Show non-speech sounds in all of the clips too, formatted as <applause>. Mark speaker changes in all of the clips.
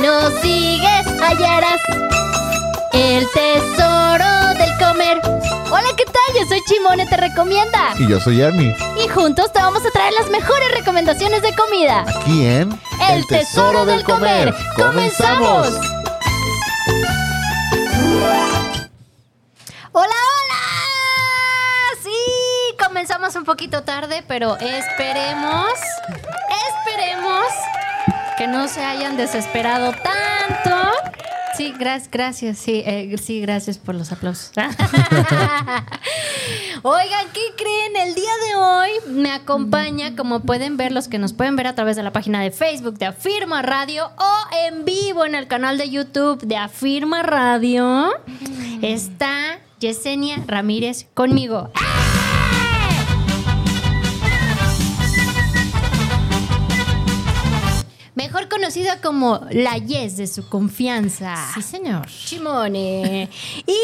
Speaker 1: lo sigues hallarás el tesoro del comer. Hola, ¿qué tal? Yo soy Chimone, te recomienda.
Speaker 2: Y yo soy Ernie.
Speaker 1: Y juntos te vamos a traer las mejores recomendaciones de comida.
Speaker 2: Aquí en
Speaker 1: El Tesoro del Comer. ¡Comenzamos! Hola, hola. Sí, comenzamos un poquito tarde, pero esperemos, esperemos que no se hayan desesperado tanto. Sí, gracias, gracias, sí, eh, sí, gracias por los aplausos. <laughs> Oigan, ¿qué creen? El día de hoy me acompaña, como pueden ver, los que nos pueden ver a través de la página de Facebook de Afirma Radio o en vivo en el canal de YouTube de Afirma Radio, está Yesenia Ramírez conmigo. ¡Eh! Mejor conocida como la Yes de su confianza.
Speaker 3: Sí, señor.
Speaker 1: Chimone. Y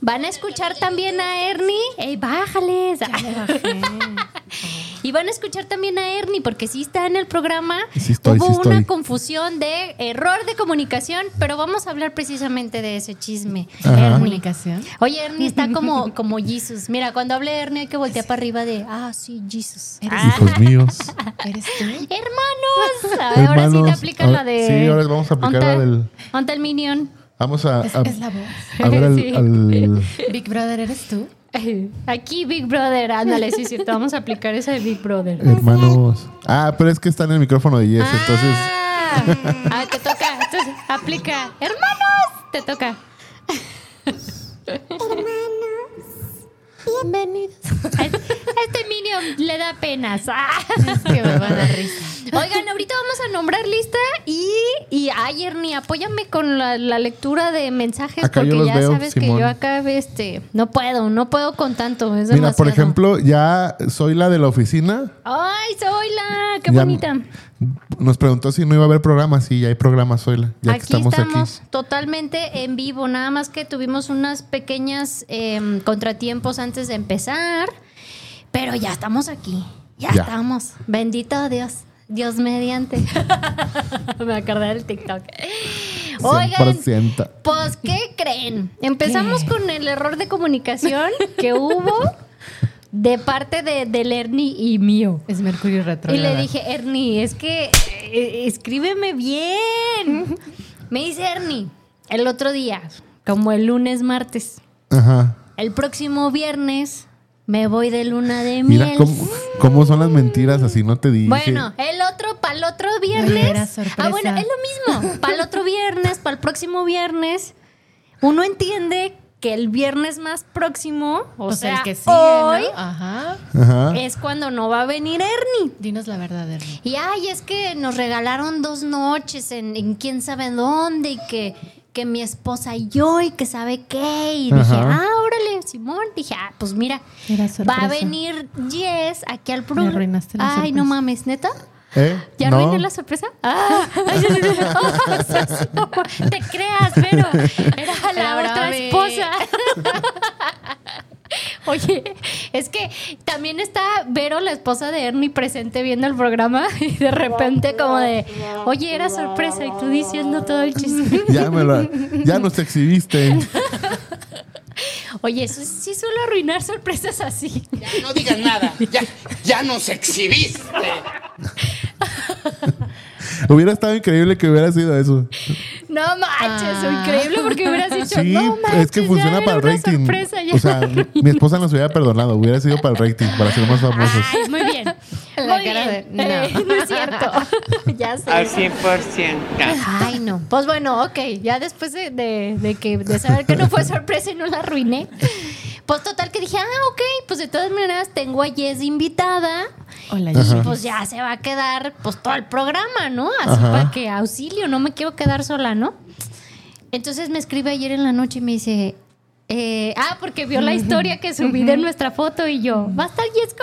Speaker 1: van a escuchar también a Ernie. ¡Ey, bájales! <laughs> y van a escuchar también a Ernie, porque sí está en el programa.
Speaker 2: Sí estoy,
Speaker 1: Hubo
Speaker 2: sí
Speaker 1: una
Speaker 2: estoy.
Speaker 1: confusión de error de comunicación, pero vamos a hablar precisamente de ese chisme.
Speaker 2: Ajá.
Speaker 1: Ernie.
Speaker 3: Comunicación.
Speaker 1: Oye, Ernie está como, como Jesus. Mira, cuando hablé de Ernie hay que voltear para arriba de, ah, sí, Jesus.
Speaker 3: Eres-
Speaker 1: Ah,
Speaker 2: Hijos míos.
Speaker 3: ¿Eres
Speaker 2: <laughs>
Speaker 3: tú?
Speaker 1: hermanos. A ver, ahora sí te
Speaker 2: Hermanos,
Speaker 1: aplican
Speaker 2: ahora-
Speaker 1: la de.
Speaker 2: sí, ahora vamos a aplicar
Speaker 1: Onta-
Speaker 2: la del-
Speaker 1: Onta el minion.
Speaker 2: Vamos a,
Speaker 3: ¿Es,
Speaker 2: a-
Speaker 3: es la voz?
Speaker 2: a ver al,
Speaker 1: Sí.
Speaker 2: al-
Speaker 3: Big Brother, ¿eres tú?
Speaker 1: Aquí Big Brother, ándale, sí, cierto. Vamos a aplicar esa de Big Brother.
Speaker 2: hermanos. Ah, pero es que está en el micrófono de Yes, entonces.
Speaker 1: Ah, ah, te toca. Entonces, aplica. Hermanos, te toca. Hermanos, bienvenidos. A este Minion le da penas. Ah.
Speaker 3: Es que me va a dar risa.
Speaker 1: Oigan, ahorita vamos a nombrar lista y, y ay, Ernie, apóyame con la, la lectura de mensajes
Speaker 2: Acá yo
Speaker 1: porque
Speaker 2: los
Speaker 1: ya
Speaker 2: veo,
Speaker 1: sabes
Speaker 2: Simón.
Speaker 1: que yo acá este, no puedo, no puedo con tanto. Es
Speaker 2: Mira, por
Speaker 1: demasiado.
Speaker 2: ejemplo, ya soy la de la oficina.
Speaker 1: ¡Ay, Zoila! ¡Qué
Speaker 2: Ya
Speaker 1: bonita!
Speaker 2: Nos preguntó si no iba a haber programa. Sí, ya hay programa, Soyla. Ya
Speaker 1: aquí
Speaker 2: que estamos,
Speaker 1: estamos, totalmente en vivo, nada más que tuvimos unas pequeñas em, contratiempos antes de empezar, pero ya estamos aquí, ya,
Speaker 2: Ya.
Speaker 1: estamos. Bendito Dios, Dios mediante. <laughs> Me acordé del TikTok.
Speaker 2: aquí.
Speaker 1: Oigan,
Speaker 2: 100%.
Speaker 1: pues, ¿qué creen? Empezamos
Speaker 3: ¿Qué?
Speaker 1: con el error de comunicación que hubo de parte de, del Ernie y mío.
Speaker 3: Es Mercurio retro.
Speaker 1: Y le dije, Ernie, es que eh, escríbeme bien. Me dice Ernie, el otro día, como el lunes, martes,
Speaker 2: Ajá.
Speaker 1: el próximo viernes me voy de luna de
Speaker 2: Mira
Speaker 1: miel.
Speaker 2: cómo, cómo son las mentiras, así no te dije.
Speaker 1: Bueno, el otro para el otro
Speaker 3: Era
Speaker 1: viernes.
Speaker 3: sorpresa.
Speaker 1: Ah, bueno, es lo mismo. Para el otro viernes, para el próximo viernes, uno entiende que el viernes más próximo, o
Speaker 3: O sea,
Speaker 1: sea,
Speaker 3: Pues el que sigue, ¿no?
Speaker 1: hoy,
Speaker 3: Ajá.
Speaker 2: Ajá.
Speaker 1: es cuando no va a venir Ernie.
Speaker 3: Dinos la verdad, Ernie.
Speaker 1: Y ay, es que nos regalaron dos noches en, en quién sabe dónde y que, que mi esposa y yo y que sabe qué. Y dije,
Speaker 2: Ajá.
Speaker 1: ah, órale, Simón. Dije, ah, pues mira, va
Speaker 3: Era
Speaker 1: a
Speaker 3: sorpresa.
Speaker 1: venir Jess aquí al
Speaker 3: Me
Speaker 1: programa.
Speaker 3: arruinaste la
Speaker 1: Ay,
Speaker 3: sorpresa.
Speaker 1: no mames, neta.
Speaker 2: ¿Eh?
Speaker 1: ¿Ya
Speaker 2: no.
Speaker 1: arruiné la sorpresa? Ah, ay, ay, ay, <laughs> ay, ay, ay, te creas, pero era la
Speaker 3: Era
Speaker 1: otra
Speaker 3: Bravi.
Speaker 1: esposa. <laughs> Oye, es que también está Vero, la esposa de Ernie, presente viendo el programa <laughs> y de repente como de, oye, era sorpresa y tú diciendo todo el
Speaker 2: <laughs>
Speaker 1: chisme.
Speaker 2: Ya, me la- ya nos exhibiste.
Speaker 1: Oye, eso sí suelo arruinar sorpresas así.
Speaker 4: Ya no digas nada. Ya, ya nos exhibiste.
Speaker 2: Hubiera estado increíble que hubiera sido eso.
Speaker 1: No manches,
Speaker 3: Ah.
Speaker 1: increíble porque hubieras dicho,
Speaker 2: Sí,
Speaker 1: no manches,
Speaker 2: es que
Speaker 1: ya
Speaker 2: funciona
Speaker 1: era
Speaker 2: para el
Speaker 1: una
Speaker 2: rating.
Speaker 1: sorpresa, ya
Speaker 2: o sea,
Speaker 1: la arruiné.
Speaker 2: mi esposa nos hubiera perdonado. Hubiera sido para el rating, para ser más famosos.
Speaker 1: Ay, muy bien.
Speaker 3: La
Speaker 1: muy
Speaker 3: cara
Speaker 1: bien.
Speaker 3: de- no.
Speaker 1: Eh, No. es
Speaker 3: <laughs>
Speaker 1: cierto. ya sé.
Speaker 4: Al 100%.
Speaker 1: Ay, no. Pues bueno, ok. Ya después de, de- de que, de saber que no fue sorpresa y no la arruiné. Pues total que dije, ah, ok. Pues de todas maneras tengo a Jess invitada.
Speaker 3: Hola,
Speaker 1: Y
Speaker 3: Gigi.
Speaker 1: pues ya se va a quedar pues todo el programa, ¿no? Así
Speaker 2: Ajá.
Speaker 1: para que auxilio, no me quiero quedar sola, ¿no? Entonces me escribe ayer en la noche y me dice, eh, ah, porque vio la historia que subí de nuestra foto y yo, va a estar Jess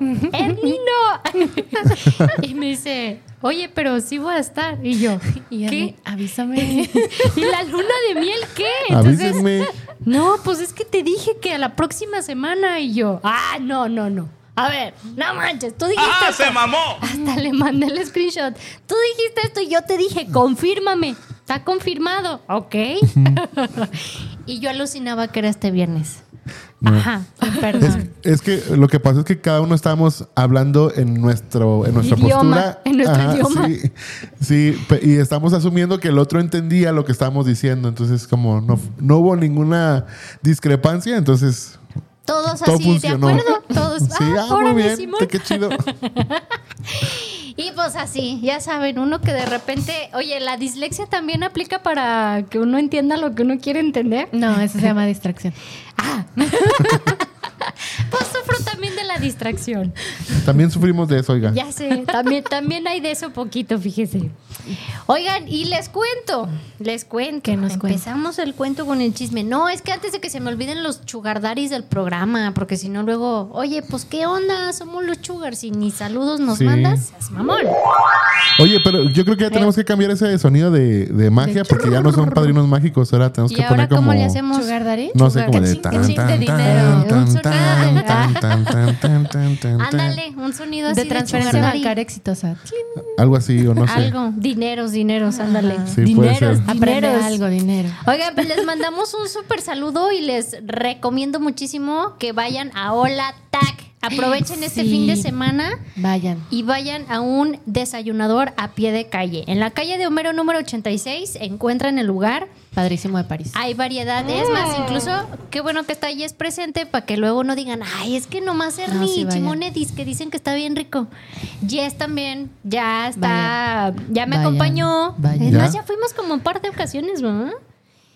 Speaker 1: conmigo, Ernie no. <laughs> y me dice, oye, pero sí voy a estar. Y yo,
Speaker 3: Y
Speaker 1: ¿qué?
Speaker 3: Ernie, avísame.
Speaker 1: <laughs> ¿Y la luna de miel qué?
Speaker 2: Avísenme.
Speaker 1: No, pues es que te dije que a la próxima semana y yo, ah, no, no, no. A ver, no manches, tú dijiste.
Speaker 4: ¡Ah,
Speaker 1: esto.
Speaker 4: se mamó!
Speaker 1: Hasta le mandé el screenshot. Tú dijiste esto y yo te dije, confírmame. está confirmado, ok. <laughs> y yo alucinaba que era este viernes.
Speaker 2: No.
Speaker 1: Ajá,
Speaker 2: Es,
Speaker 1: perdón.
Speaker 2: es que lo que pasa es que cada uno estábamos hablando en nuestro en nuestra
Speaker 1: Idioma,
Speaker 2: postura.
Speaker 1: en nuestro idioma.
Speaker 2: Sí, sí, pe- y estamos asumiendo que el otro entendía lo que estábamos diciendo. Entonces, como no, no hubo ninguna discrepancia, entonces
Speaker 1: Todos
Speaker 2: todo
Speaker 1: así,
Speaker 2: funcionó.
Speaker 1: ¿de acuerdo? Todos.
Speaker 2: Sí, ah,
Speaker 1: órale,
Speaker 2: muy bien.
Speaker 1: Simón.
Speaker 2: te- Qué chido.
Speaker 1: Y pues así, ya saben, uno que de repente, oye, la dislexia también aplica para que uno entienda lo que uno quiere entender.
Speaker 3: No, eso se llama distracción.
Speaker 1: Ah. <laughs> Pues sufro también de la distracción.
Speaker 2: También sufrimos de eso, oiga.
Speaker 1: Ya sé, también, también hay de eso poquito, fíjese. Oigan, y les cuento, les cuento.
Speaker 3: ¿Qué nos cuenta?
Speaker 1: Empezamos el cuento con el chisme. No, es que antes de que se me olviden los chugardaris del programa, porque si no luego, oye, pues qué onda, somos los chugars y ni saludos nos
Speaker 2: Sí.
Speaker 1: mandas, seas mamón.
Speaker 2: Oye, pero yo creo que ya tenemos que cambiar ese sonido de, de magia porque ya no son padrinos mágicos. Ahora tenemos
Speaker 1: Y
Speaker 2: que
Speaker 1: ahora,
Speaker 2: poner
Speaker 1: ¿cómo
Speaker 2: como.
Speaker 1: le hacemos?
Speaker 3: ¿Sugar daddy?
Speaker 2: No sé,
Speaker 1: Sugar.
Speaker 2: como de
Speaker 1: Cachín,
Speaker 2: tan,
Speaker 1: cachín de
Speaker 2: tan,
Speaker 1: dinero.
Speaker 2: tan,
Speaker 1: Un
Speaker 2: tan,
Speaker 1: sugar.
Speaker 2: tan, tan, tan, tan, tan,
Speaker 1: Ándale, un sonido así
Speaker 3: De transferencia
Speaker 1: chugardarí.
Speaker 3: bancaria exitosa. Tling.
Speaker 2: Algo así, o no sé.
Speaker 1: Algo, dineros, dineros, ándale.
Speaker 2: Sí, puede
Speaker 1: dineros,
Speaker 2: ser.
Speaker 3: Aprende
Speaker 1: dineros.
Speaker 3: algo, dinero.
Speaker 1: Oigan, pues les mandamos un súper saludo y les recomiendo muchísimo que vayan a Hola Tac. Aprovechen este
Speaker 3: Sí.
Speaker 1: fin de semana
Speaker 3: Vayan.
Speaker 1: y vayan a un desayunador a pie de calle. En la calle de Homero número 86 encuentran el lugar.
Speaker 3: Padrísimo de París.
Speaker 1: Hay variedad, es
Speaker 3: Ah.
Speaker 1: más, incluso qué bueno que está ahí es presente para que luego no digan, ay, es que nomás Ernie
Speaker 3: No, sí,
Speaker 1: y
Speaker 3: vayan.
Speaker 1: Chimone dice que dicen que está bien rico. Jess también, ya está, ya me
Speaker 3: Vayan.
Speaker 1: acompañó.
Speaker 3: Vayan.
Speaker 1: Es más,
Speaker 2: ¿Ya?
Speaker 1: ya fuimos como un par de ocasiones, ¿verdad?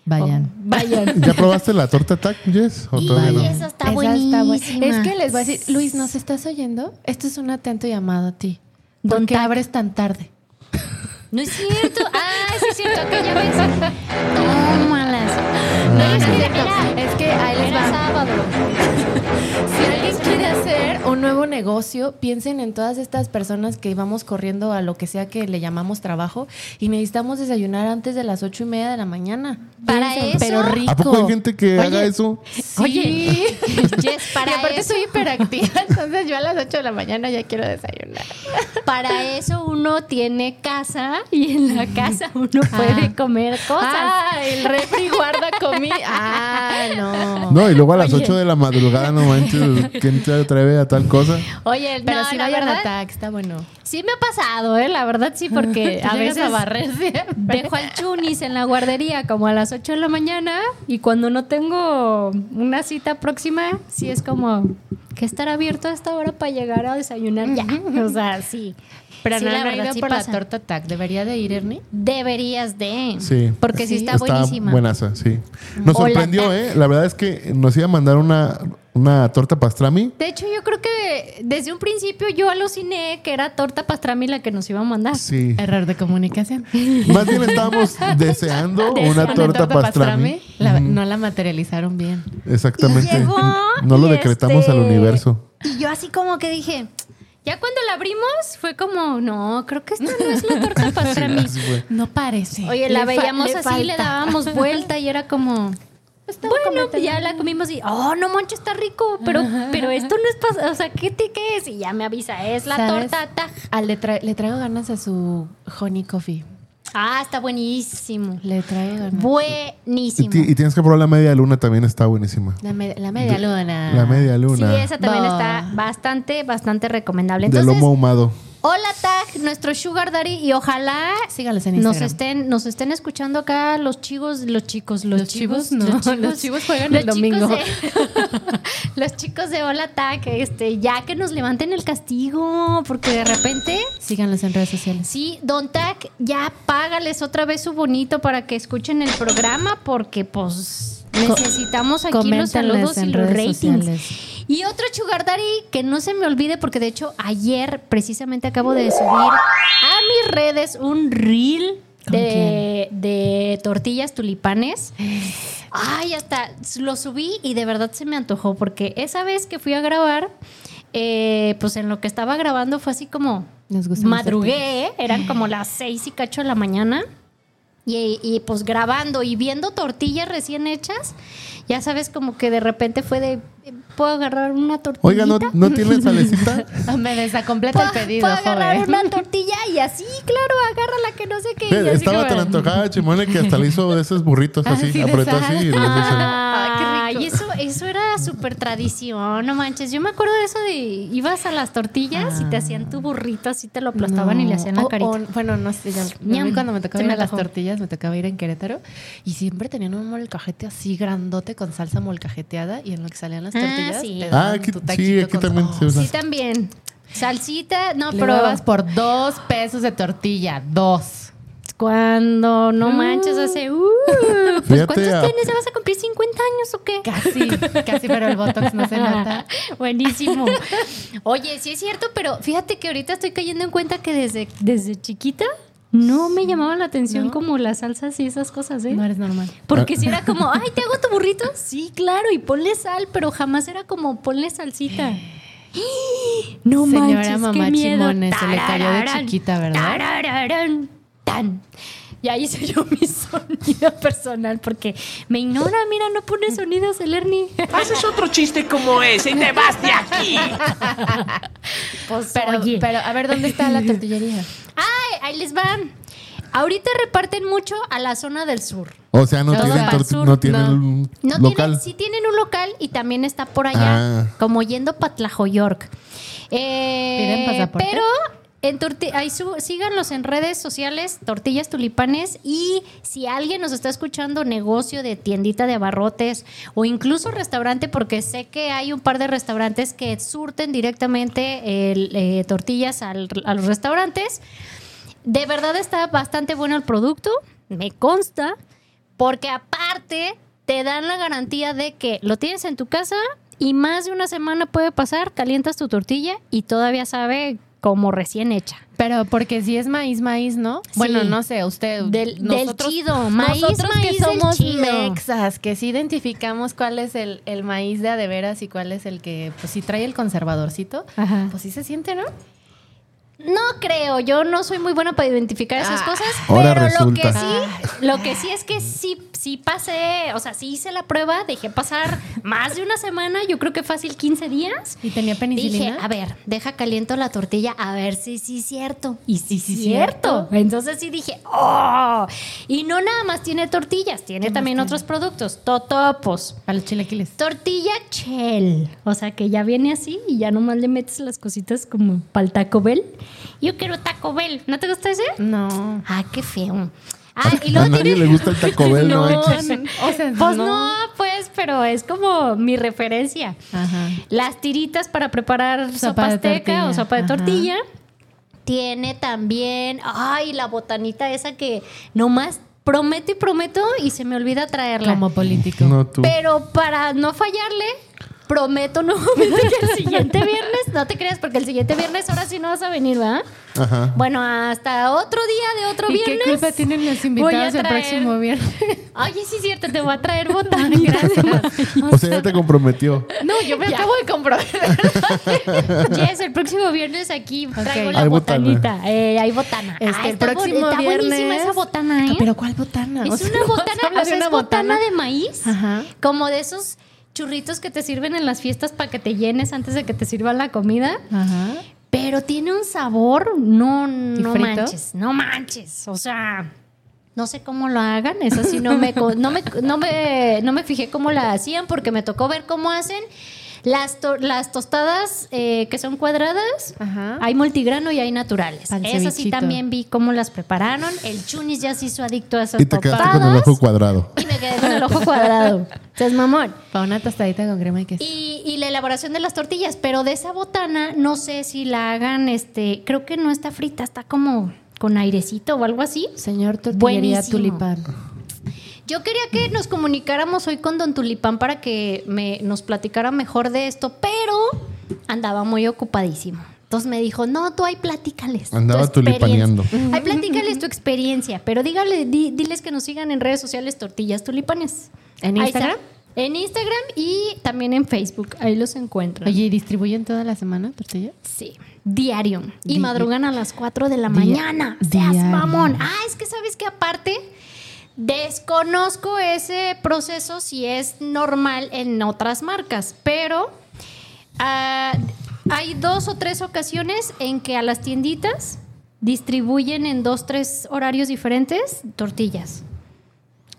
Speaker 3: Vayan.
Speaker 1: Vayan.
Speaker 2: ¿Ya probaste la torta tac, Jess? ¿O
Speaker 1: Y
Speaker 2: todavía no?
Speaker 1: esa está
Speaker 3: Esa
Speaker 1: buenísima.
Speaker 3: bu- Es que les voy a decir, Luis, ¿nos estás oyendo? Esto es un atento llamado a ti.
Speaker 1: Don
Speaker 3: ¿Por qué
Speaker 1: Tac.
Speaker 3: abres tan tarde?
Speaker 1: No es cierto. Ah, sí es cierto que ya ves. Tómalas. No, es que era,
Speaker 3: Es que ahí les
Speaker 1: era
Speaker 3: va.
Speaker 1: sábado.
Speaker 3: <laughs> Si alguien quiere hacer un nuevo negocio, piensen en todas estas personas que vamos corriendo a lo que sea que le llamamos trabajo y necesitamos desayunar antes de las ocho y media de la mañana.
Speaker 1: Para eso-
Speaker 3: Pero rico.
Speaker 2: ¿A poco hay gente que
Speaker 3: Oye,
Speaker 2: haga eso?
Speaker 3: Sí. <laughs>
Speaker 1: Oye, Jess, para
Speaker 3: y aparte
Speaker 1: eso-
Speaker 3: soy hiperactiva, entonces yo a las 8 de la mañana ya quiero desayunar.
Speaker 1: Para eso uno tiene casa y en la casa uno puede comer cosas.
Speaker 3: Ah, el refri guarda comida. Ah, no.
Speaker 2: No, y luego a las 8 de la madrugada, no manches, ¿quién te atreve a tal cosa?
Speaker 1: Oye,
Speaker 3: Pero
Speaker 1: no,
Speaker 3: sí
Speaker 1: la
Speaker 3: vayan
Speaker 1: verdad,
Speaker 3: a TAC, está bueno.
Speaker 1: sí me ha pasado, ¿eh? La verdad sí,
Speaker 3: <laughs>
Speaker 1: porque a veces
Speaker 3: a barrer
Speaker 1: <laughs>
Speaker 3: siempre.
Speaker 1: dejo al chunis en la guardería como a las 8 de la mañana y cuando no tengo una cita próxima, sí es como que estar abierto a esta hora para llegar a desayunar ya. O sea, sí.
Speaker 3: Pero
Speaker 1: Sí,
Speaker 3: no,
Speaker 1: la
Speaker 3: no he
Speaker 1: verdad,
Speaker 3: ido
Speaker 1: sí
Speaker 3: por
Speaker 1: pasa.
Speaker 3: la torta TAC. ¿Debería de ir, Ernie?
Speaker 1: Deberías de.
Speaker 2: Sí.
Speaker 1: Porque sí, está, buenísima.
Speaker 2: buenaza, sí. Nos
Speaker 1: Hola,
Speaker 2: sorprendió,
Speaker 1: tac.
Speaker 2: ¿eh? La verdad es que nos iba a mandar una, una torta pastrami.
Speaker 1: De hecho, yo creo que desde un principio yo aluciné que era torta pastrami la que nos iba a mandar.
Speaker 2: Sí.
Speaker 3: Error de <laughs> comunicación.
Speaker 2: Más bien
Speaker 1: <laughs>
Speaker 2: estábamos deseando una torta pastrami.
Speaker 3: La- no la materializaron bien.
Speaker 2: Exactamente.
Speaker 1: Y llegó,
Speaker 2: no lo
Speaker 1: y
Speaker 2: decretamos
Speaker 1: este,
Speaker 2: al universo.
Speaker 1: Y yo así como que dije, ya cuando la abrimos fue como, no, creo que esta no es la torta
Speaker 2: <laughs>
Speaker 1: pastrami.
Speaker 2: Así fue.
Speaker 3: No parece.
Speaker 1: Oye, la veíamos así, le dábamos <laughs> vuelta y era como... Bueno, pues ya la comimos y, oh, no manches, está rico, pero, pero esto no es, pas- o sea, ¿qué, te- ¿qué es? Y ya me avisa, es la
Speaker 3: ¿Sabes?
Speaker 1: torta taj.
Speaker 3: le, tra- le traigo ganas a su honey coffee.
Speaker 1: Ah, está buenísimo.
Speaker 3: Le traigo ganas.
Speaker 2: Y,
Speaker 1: Buenísimo.
Speaker 2: ti- y tienes que probar la media luna, también está buenísima.
Speaker 3: la, me- la media luna.
Speaker 2: La media
Speaker 1: Sí,
Speaker 2: luna.
Speaker 1: esa también
Speaker 3: Va.
Speaker 1: está bastante, bastante recomendable.
Speaker 2: de
Speaker 1: Entonces,
Speaker 2: lomo ahumado.
Speaker 1: hola Tag, nuestro Sugar Daddy, y ojalá
Speaker 3: Sígalos en
Speaker 1: nos
Speaker 3: Instagram.
Speaker 1: estén, nos estén escuchando acá los chicos, los chicos, los,
Speaker 3: Los
Speaker 1: chivos,
Speaker 3: chivos, no.
Speaker 1: los chivos,
Speaker 3: Los chivos juegan el
Speaker 1: chicos
Speaker 3: domingo.
Speaker 1: de- los chicos de <laughs> Hola Tag, este, ya que nos levanten el castigo, porque de repente.
Speaker 3: Síganlos en redes sociales.
Speaker 1: Sí, Don Tac, ya págales otra vez su bonito para que escuchen el programa porque pues necesitamos aquí los
Speaker 3: coméntenles
Speaker 1: saludos y
Speaker 3: en
Speaker 1: los
Speaker 3: redes
Speaker 1: ratings.
Speaker 3: sociales.
Speaker 1: Y otro Chugardari que no se me olvide porque de hecho ayer precisamente acabo de subir a mis redes un reel
Speaker 3: ¿Con
Speaker 1: de, de tortillas tulipanes. Ay, hasta lo subí y de verdad se me antojó porque esa vez que fui a grabar, eh, pues en lo que estaba grabando fue así como
Speaker 3: Nos gustan las
Speaker 1: madrugué, eran como las seis y cacho de la mañana. Y, y, pues grabando y viendo tortillas recién hechas, ya sabes como que de repente fue de, ¿puedo agarrar una tortilla?
Speaker 2: Oiga, ¿no,
Speaker 1: <laughs>
Speaker 2: ¿no tiene salecita?
Speaker 3: Me desacompleta
Speaker 1: ¿Puedo,
Speaker 3: el pedido,
Speaker 1: puedo agarrar
Speaker 3: joven.
Speaker 1: una tortilla? Y así, claro, agárrala que no sé qué. y
Speaker 2: Ve,
Speaker 1: así
Speaker 2: Estaba
Speaker 1: como-
Speaker 2: tan antojada Chimone que hasta le hizo de esos burritos así,
Speaker 3: Así de
Speaker 2: apretó
Speaker 3: sal.
Speaker 2: así y les hizo.
Speaker 1: Ah,
Speaker 3: Ah, qué rico.
Speaker 1: Y eso, eso era súper tradición, no manches. Yo me acuerdo de eso de ibas a las tortillas y te hacían tu burrito, así te lo aplastaban y le hacían la
Speaker 3: Ah. O-
Speaker 1: carita.
Speaker 3: o- bueno, no sé, ya, a mí
Speaker 1: Ñam.
Speaker 3: cuando me tocaba
Speaker 1: Se
Speaker 3: ir
Speaker 1: me
Speaker 3: a las
Speaker 1: antojó.
Speaker 3: tortillas, me tocaba ir en Querétaro y siempre tenían un molcajete así grandote con salsa molcajeteada y en lo que salían las
Speaker 1: Ah,
Speaker 3: tortillas
Speaker 1: sí.
Speaker 3: te
Speaker 1: Ah,
Speaker 3: daban
Speaker 2: aquí-
Speaker 3: tu
Speaker 2: sí,
Speaker 3: taquito
Speaker 2: aquí
Speaker 3: con-
Speaker 2: también se usa.
Speaker 1: Sí, también. Salsita, no,
Speaker 3: Le
Speaker 1: pero
Speaker 3: dabas por dos pesos de tortilla, dos.
Speaker 1: cuando no manches hace... Uh, pues
Speaker 2: Fíjate
Speaker 1: ¿Cuántos
Speaker 2: a-
Speaker 1: tienes? ¿Ya ¿Vas a cumplir 50 años o qué?
Speaker 3: Casi, casi, pero el Botox <laughs> no se nota.
Speaker 1: <laughs> Buenísimo. Oye, sí es cierto, pero fíjate que ahorita estoy cayendo en cuenta que desde, desde chiquita no me llamaba la atención
Speaker 3: No.
Speaker 1: como las salsas y esas cosas, ¿eh?
Speaker 3: <laughs> No eres normal.
Speaker 1: Porque si era
Speaker 3: <laughs>
Speaker 1: como, ay, ¿te hago tu burrito? Sí, claro, y ponle sal, pero jamás era como, ponle salsita. <gasps> No
Speaker 3: Señora
Speaker 1: manches,
Speaker 3: mamá
Speaker 1: qué miedo.
Speaker 3: Chimone, se le cayó de
Speaker 1: Tarararán,
Speaker 3: chiquita, ¿verdad?
Speaker 1: tarararán, tan. Y ahí hice yo mi <laughs> sonido personal porque me ignora, mira, no pone sonidos el
Speaker 3: <laughs>
Speaker 1: Ernie.
Speaker 5: Haces otro chiste como ese y te vas de aquí.
Speaker 1: Pues,
Speaker 3: Pero,
Speaker 1: oye.
Speaker 3: pero, a ver, ¿dónde está la <laughs> tortillería?
Speaker 1: Ay, ahí les van. Ahorita reparten mucho a la zona del sur.
Speaker 2: O sea, no
Speaker 3: Todo
Speaker 2: tienen,
Speaker 3: para
Speaker 2: torti-
Speaker 1: sur,
Speaker 2: no tienen un
Speaker 1: No
Speaker 2: local.
Speaker 1: tienen, sí tienen un local y también está por allá,
Speaker 2: Ah.
Speaker 1: como yendo para Tlajoyork.
Speaker 3: ¿Piden
Speaker 1: Eh,
Speaker 3: pasaporte?
Speaker 1: pero en torti- ahí su- síganlos en redes sociales, Tortillas Tulipanes, y si alguien nos está escuchando, negocio de tiendita de abarrotes o incluso restaurante, porque sé que hay un par de restaurantes que surten directamente el, eh, tortillas al- a los restaurantes. De verdad está bastante bueno el producto, me consta, porque aparte te dan la garantía de que lo tienes en tu casa y más de una semana puede pasar, calientas tu tortilla y todavía sabe como recién hecha.
Speaker 3: Pero porque si es maíz, maíz, ¿no?
Speaker 1: Sí.
Speaker 3: Bueno, no sé, usted.
Speaker 1: Del- del
Speaker 3: <laughs>
Speaker 1: chido, maíz,
Speaker 3: Eh, nosotros
Speaker 1: maíz
Speaker 3: que
Speaker 1: del
Speaker 3: somos
Speaker 1: chido.
Speaker 3: mexas, que sí identificamos cuál es el, el maíz de a de veras y cuál es el que, pues sí trae el conservadorcito.
Speaker 1: Ajá.
Speaker 3: Pues sí se siente, ¿no?
Speaker 1: No creo, yo no soy muy buena para identificar esas
Speaker 3: Ah.
Speaker 1: cosas,
Speaker 2: <laughs> Ahora
Speaker 1: pero lo
Speaker 2: resulta.
Speaker 1: que sí, lo que sí es que sí, sí pasé, o sea, sí hice la prueba, dejé pasar más de una semana, yo creo que fácil 15 días.
Speaker 3: Y tenía penicilina.
Speaker 1: Dije, a ver, deja caliento la tortilla, a ver si sí es cierto.
Speaker 3: y sí, sí,
Speaker 1: cierto. Entonces sí dije, ¡oh! Y no nada más tiene tortillas, tiene también otros productos, totopos.
Speaker 3: Para los chilaquiles.
Speaker 1: Tortilla chel, o sea que ya viene así y ya nomás le metes las cositas como para el Taco Bell. Yo quiero Taco Bell, ¿no te gusta ese?
Speaker 3: No.
Speaker 1: Ah, qué feo. Ah, y
Speaker 2: <laughs> A
Speaker 1: luego
Speaker 2: nadie
Speaker 1: tiene...
Speaker 2: le gusta el
Speaker 1: <laughs>
Speaker 2: Taco Bell, no, manches.
Speaker 3: O sea,
Speaker 1: Pues no, pues, pero es como mi referencia.
Speaker 3: Ajá.
Speaker 1: Las tiritas para preparar
Speaker 3: Sopa
Speaker 1: sopa,
Speaker 3: de
Speaker 1: azteca
Speaker 3: tortilla.
Speaker 1: o sopa de
Speaker 3: Ajá.
Speaker 1: tortilla. Tiene también, ay, la botanita esa que nomás prometo y prometo y se me olvida traerla.
Speaker 3: Como político.
Speaker 2: No, tú.
Speaker 1: Pero para no fallarle, prometo nuevamente que el
Speaker 3: <laughs>
Speaker 1: siguiente viernes, no te creas, porque el siguiente viernes ahora sí no vas a venir, ¿va? <laughs>
Speaker 2: Ajá.
Speaker 1: Bueno, hasta otro día de otro
Speaker 3: ¿Y
Speaker 1: viernes.
Speaker 3: qué culpa tienen los
Speaker 1: voy a
Speaker 3: invitados el
Speaker 1: traer-
Speaker 3: próximo viernes?
Speaker 1: Oye, sí es cierto, te voy a
Speaker 3: <laughs>
Speaker 1: traer botánicas.
Speaker 2: O sea, ya te comprometió.
Speaker 3: No, yo me acabo de comprometer.
Speaker 1: Yes, el próximo viernes aquí traigo la
Speaker 2: Hay botana.
Speaker 1: botanita. Eh, hay botana.
Speaker 3: Este,
Speaker 1: Ah,
Speaker 3: el
Speaker 1: está bu-
Speaker 3: próximo
Speaker 1: está buenísima
Speaker 3: viernes. Ah,
Speaker 1: esa botana, ¿eh?
Speaker 3: Pero ¿cuál botana?
Speaker 1: es
Speaker 3: O sea,
Speaker 1: una
Speaker 3: ¿vamos a
Speaker 1: botana,
Speaker 3: hablar
Speaker 1: o sea,
Speaker 3: de
Speaker 1: es
Speaker 3: una
Speaker 1: botana de maíz,
Speaker 3: Ajá.
Speaker 1: como de esos churritos que te sirven en las fiestas para que te llenes antes de que te sirvan la comida.
Speaker 3: Ajá.
Speaker 1: Pero tiene un sabor, no, no
Speaker 3: frito?
Speaker 1: manches, no manches. O sea, no sé cómo lo hagan, eso sí no me, co- no me, no me, no me fijé cómo la hacían porque me tocó ver cómo hacen. Las, to- las tostadas eh, que son cuadradas,
Speaker 3: Ajá.
Speaker 1: hay multigrano y hay naturales.
Speaker 3: Al
Speaker 1: Esas sí
Speaker 3: cevichito.
Speaker 1: también vi cómo las prepararon. El chunis ya se hizo adicto a esas
Speaker 2: Y te quedaste
Speaker 1: tostadas.
Speaker 2: con el ojo cuadrado.
Speaker 1: Y me quedé con el ojo cuadrado. Entonces, mamón.
Speaker 3: Para una tostadita con crema y queso.
Speaker 1: Y, y la elaboración de las tortillas, pero de esa botana no sé si la hagan, este, creo que no está frita, está como con airecito o algo así.
Speaker 3: Señor Tortillería
Speaker 1: Buenísimo.
Speaker 3: Tulipán.
Speaker 1: Yo quería que nos comunicáramos hoy con Don Tulipán para que me, nos platicara mejor de esto, pero andaba muy ocupadísimo. Entonces me dijo, no, tú ahí platícales. tu
Speaker 2: Andaba
Speaker 1: experiencia".
Speaker 2: tulipaneando.
Speaker 1: Ahí platícales tu experiencia, pero dígale, di- diles que nos sigan en redes sociales Tortillas Tulipanes.
Speaker 3: ¿En
Speaker 1: Ahí
Speaker 3: Instagram?
Speaker 1: está. En Instagram y también en Facebook. Ahí los encuentran.
Speaker 3: Oye, ¿y distribuyen toda la semana tortilla?
Speaker 1: Sí, diario. Y
Speaker 3: Di-
Speaker 1: madrugan a las 4 de la
Speaker 3: Dia-
Speaker 1: mañana. Seas
Speaker 3: diario.
Speaker 1: mamón. Ah, es que sabes que aparte Desconozco ese proceso si es normal en otras marcas, pero ah, hay dos o tres ocasiones en que a las tienditas distribuyen en dos, tres horarios diferentes tortillas.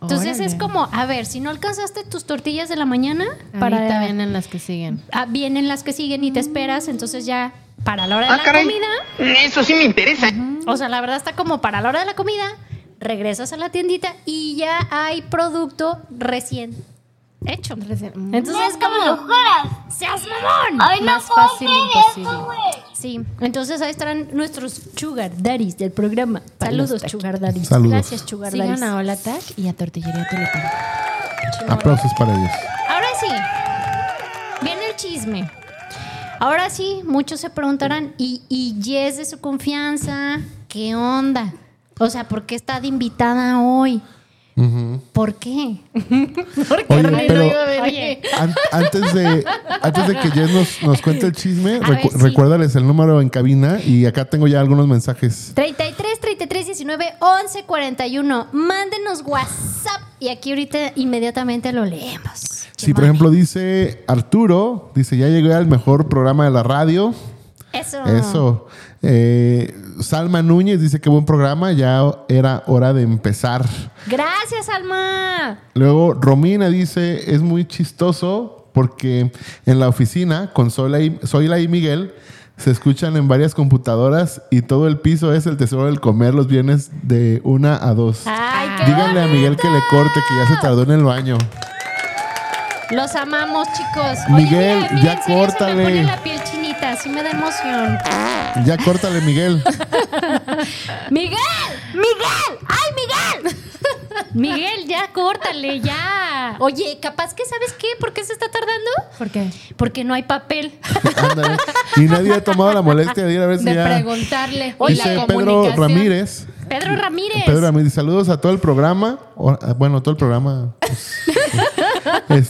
Speaker 1: Entonces
Speaker 3: Órale.
Speaker 1: es como, a ver, si no alcanzaste tus tortillas de la mañana,
Speaker 3: Ahorita
Speaker 1: para
Speaker 3: vienen las que siguen.
Speaker 1: ah, vienen las que siguen y te esperas, entonces ya para la hora de
Speaker 4: Ah,
Speaker 1: la
Speaker 4: caray.
Speaker 1: comida
Speaker 4: Eso sí me interesa.
Speaker 1: o sea, la verdad está como para la hora de la comida, regresas a la tiendita y ya hay producto recién hecho.
Speaker 3: Recién-
Speaker 1: Entonces es como,
Speaker 6: locuras!
Speaker 1: ¡seas mamón!
Speaker 6: ¡Ay, no
Speaker 3: Más
Speaker 6: puedo
Speaker 3: fácil
Speaker 6: creer
Speaker 3: imposible.
Speaker 6: esto, güey!
Speaker 1: Sí, entonces ahí estarán nuestros sugar daddies del programa. Saludos, sugar daddies.
Speaker 2: Saludos.
Speaker 1: Gracias, sugar daddies.
Speaker 3: Sigan a Hola Tac y a Tortillería Teletón.
Speaker 2: Aplausos para ellos.
Speaker 1: Ahora sí, viene el chisme. Ahora sí, muchos se preguntarán, ¿y, y Jess de su confianza? ¿Qué onda? O sea, ¿por qué está de invitada hoy? ¿Por qué?
Speaker 2: Oye, pero
Speaker 1: <laughs> Oye,
Speaker 2: an- antes de, antes de que Jess nos, nos cuente el chisme,
Speaker 1: A ver,
Speaker 2: recu-
Speaker 1: sí.
Speaker 2: recuérdales el número en cabina y acá tengo ya algunos mensajes.
Speaker 1: 33 33 19 11 41. Mándenos WhatsApp y aquí ahorita inmediatamente lo leemos.
Speaker 2: Si, por ejemplo, dice Arturo, dice, ya llegué al mejor programa de la radio.
Speaker 1: Eso.
Speaker 2: Eso. Eh, Salma Núñez dice, qué buen programa, ya era hora de empezar.
Speaker 1: Gracias, Alma.
Speaker 2: Luego Romina dice, es muy chistoso porque en la oficina con Sola y, Zoila y Miguel se escuchan en varias computadoras y todo el piso es el tesoro del comer los viernes de una a dos.
Speaker 1: Ay, Ah, qué
Speaker 2: Díganle a Miguel que le
Speaker 1: bonito.
Speaker 2: corte, que ya se tardó en el baño.
Speaker 1: Los amamos, chicos.
Speaker 2: Miguel,
Speaker 1: mira,
Speaker 2: ya
Speaker 1: en serio, Se
Speaker 2: córtale.
Speaker 1: me pone la piel chinita, sí me da emoción.
Speaker 2: Ya
Speaker 1: <laughs>
Speaker 2: córtale, Miguel.
Speaker 1: ¡Miguel! ¡Miguel! ¡Ay, Miguel! <laughs> Miguel, ya córtale, ya. Oye, capaz que sabes qué, ¿por qué se está tardando?
Speaker 3: ¿Por qué?
Speaker 1: Porque no hay papel. <laughs>
Speaker 2: Ándale. Y nadie ha tomado la molestia de ir a ver si
Speaker 7: de
Speaker 2: ya...
Speaker 7: preguntarle.
Speaker 1: Oye,
Speaker 2: Dice
Speaker 7: la
Speaker 2: Pedro
Speaker 7: comunicación.
Speaker 2: Ramírez.
Speaker 1: Pedro Ramírez.
Speaker 2: Pedro Ramírez, saludos a todo el programa. O- eh, Bueno, todo el programa. pues,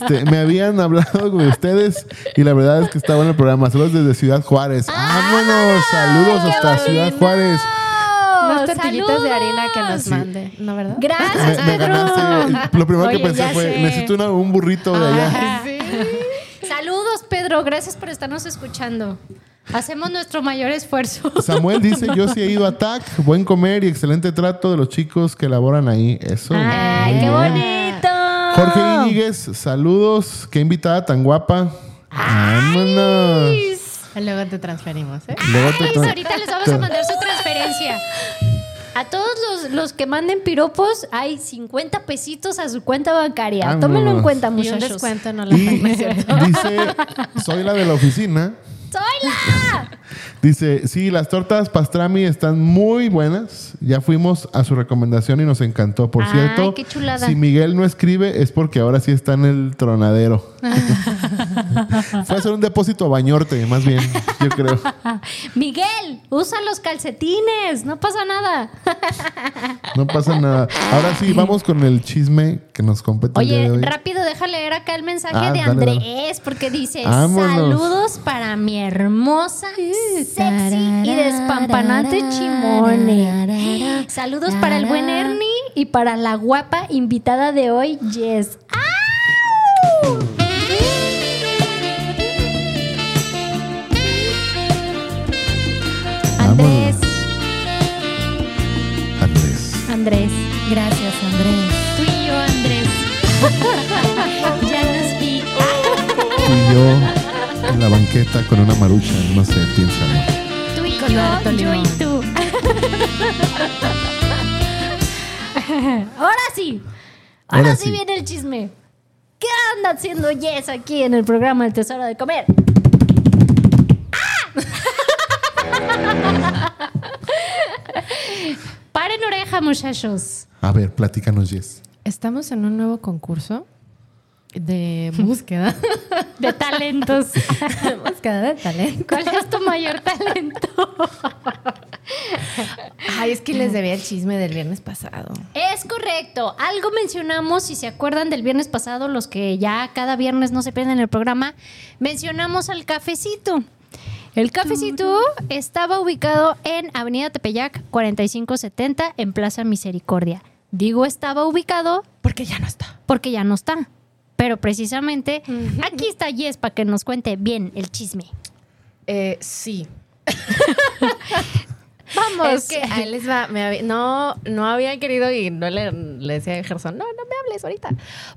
Speaker 2: <laughs> este, me habían hablado con ustedes y la verdad es que está bueno el programa. Saludos desde Ciudad Juárez. ¡Vámonos! Saludos
Speaker 1: Ah, ¡Qué
Speaker 2: hasta Ciudad
Speaker 1: bonito!
Speaker 2: Juárez.
Speaker 3: Unas tortillitas de harina que
Speaker 2: <laughs>
Speaker 3: nos
Speaker 1: ¡Saludos!
Speaker 3: mande, ¿no verdad?
Speaker 1: Gracias,
Speaker 2: Me, me
Speaker 1: Pedro.
Speaker 2: ganaste. Lo primero
Speaker 1: Oye,
Speaker 2: que pensé
Speaker 1: ya
Speaker 2: fue,
Speaker 1: sé.
Speaker 2: necesito una- un burrito de allá.
Speaker 1: Ajá. Saludos, Pedro. Gracias por estarnos escuchando. Hacemos nuestro mayor esfuerzo.
Speaker 2: Samuel dice, yo sí he ido a TAC, buen comer y excelente trato de los chicos que laboran ahí. Eso.
Speaker 1: Ay,
Speaker 2: muy
Speaker 1: qué
Speaker 2: bien.
Speaker 1: bonito.
Speaker 2: Jorge Íñiguez, saludos. Qué invitada tan guapa. Vámonos.
Speaker 3: Luego te transferimos, ¿eh?
Speaker 2: Luego te
Speaker 1: Ay,
Speaker 2: tra-
Speaker 1: ahorita les vamos
Speaker 2: te-
Speaker 1: a mandar su transferencia. A todos los, los que manden piropos hay 50 pesitos a su cuenta bancaria.
Speaker 2: Vámonos.
Speaker 1: Tómenlo en cuenta,
Speaker 3: Y un
Speaker 1: muchachos.
Speaker 3: descuento no la
Speaker 2: Y
Speaker 3: pago, es cierto.
Speaker 2: <laughs> dice, soy la de la oficina.
Speaker 1: ¡Soy la!
Speaker 2: Dice, sí, las tortas pastrami están muy buenas. Ya fuimos a su recomendación y nos encantó. Por
Speaker 1: Ay,
Speaker 2: cierto,
Speaker 1: qué chulada.
Speaker 2: si Miguel no escribe es porque ahora sí está en el tronadero.
Speaker 1: <laughs>
Speaker 2: Fue a hacer un depósito a bañorte, más bien, yo creo.
Speaker 1: Miguel, usa los calcetines, no pasa nada.
Speaker 2: No pasa nada. Ahora sí, vamos con el chisme que nos compete el
Speaker 1: Oye,
Speaker 2: día de hoy.
Speaker 1: rápido, deja leer acá el mensaje
Speaker 2: Ah,
Speaker 1: de
Speaker 2: dale, dale.
Speaker 1: Andrés, porque dice:
Speaker 2: Vámonos.
Speaker 1: Saludos para mi hermosa, sexy y despampanante chimone. <gasps> Saludos para el buen Ernie y para la guapa invitada de hoy, Jess. ¡Au! Andrés,
Speaker 2: Andrés.
Speaker 1: Andrés,
Speaker 7: Gracias, Andrés.
Speaker 1: tú y yo,
Speaker 7: <laughs>
Speaker 1: Andrés. <laughs> ya nos vi.
Speaker 2: Tú y yo en la banqueta con una marucha, no sé, piénsalo.
Speaker 1: Tú y
Speaker 3: Con
Speaker 1: yo,
Speaker 3: harto
Speaker 1: yo y
Speaker 3: limón.
Speaker 1: tú. Ahora sí. Ahora,
Speaker 2: Ahora
Speaker 1: sí.
Speaker 2: sí.
Speaker 1: viene el chisme. ¿Qué anda haciendo Jess aquí en el programa El Tesoro de Comer? ¡Ah! <laughs> Paren oreja, muchachos.
Speaker 2: A ver, platícanos, Jess.
Speaker 3: Estamos en un nuevo concurso de
Speaker 1: <laughs>
Speaker 3: búsqueda. <laughs>
Speaker 1: De talentos.
Speaker 7: Búsqueda de talento.
Speaker 1: ¿Cuál es tu mayor talento?
Speaker 3: Ay, es que les debía el chisme del viernes pasado.
Speaker 1: Es correcto. Algo mencionamos, si se acuerdan del viernes pasado, los que ya cada viernes no se pierden el programa, mencionamos al cafecito. El cafecito estaba ubicado en Avenida Tepeyac 4570 en Plaza Misericordia. Digo estaba ubicado
Speaker 3: Porque ya no está.
Speaker 1: porque ya no está. Pero precisamente aquí está Jess para que nos cuente bien el chisme.
Speaker 3: Eh, sí.
Speaker 1: Vamos.
Speaker 3: Es que ahí les va. me había- no, no había querido y no le, le decía a Gerson, no, no me hables ahorita.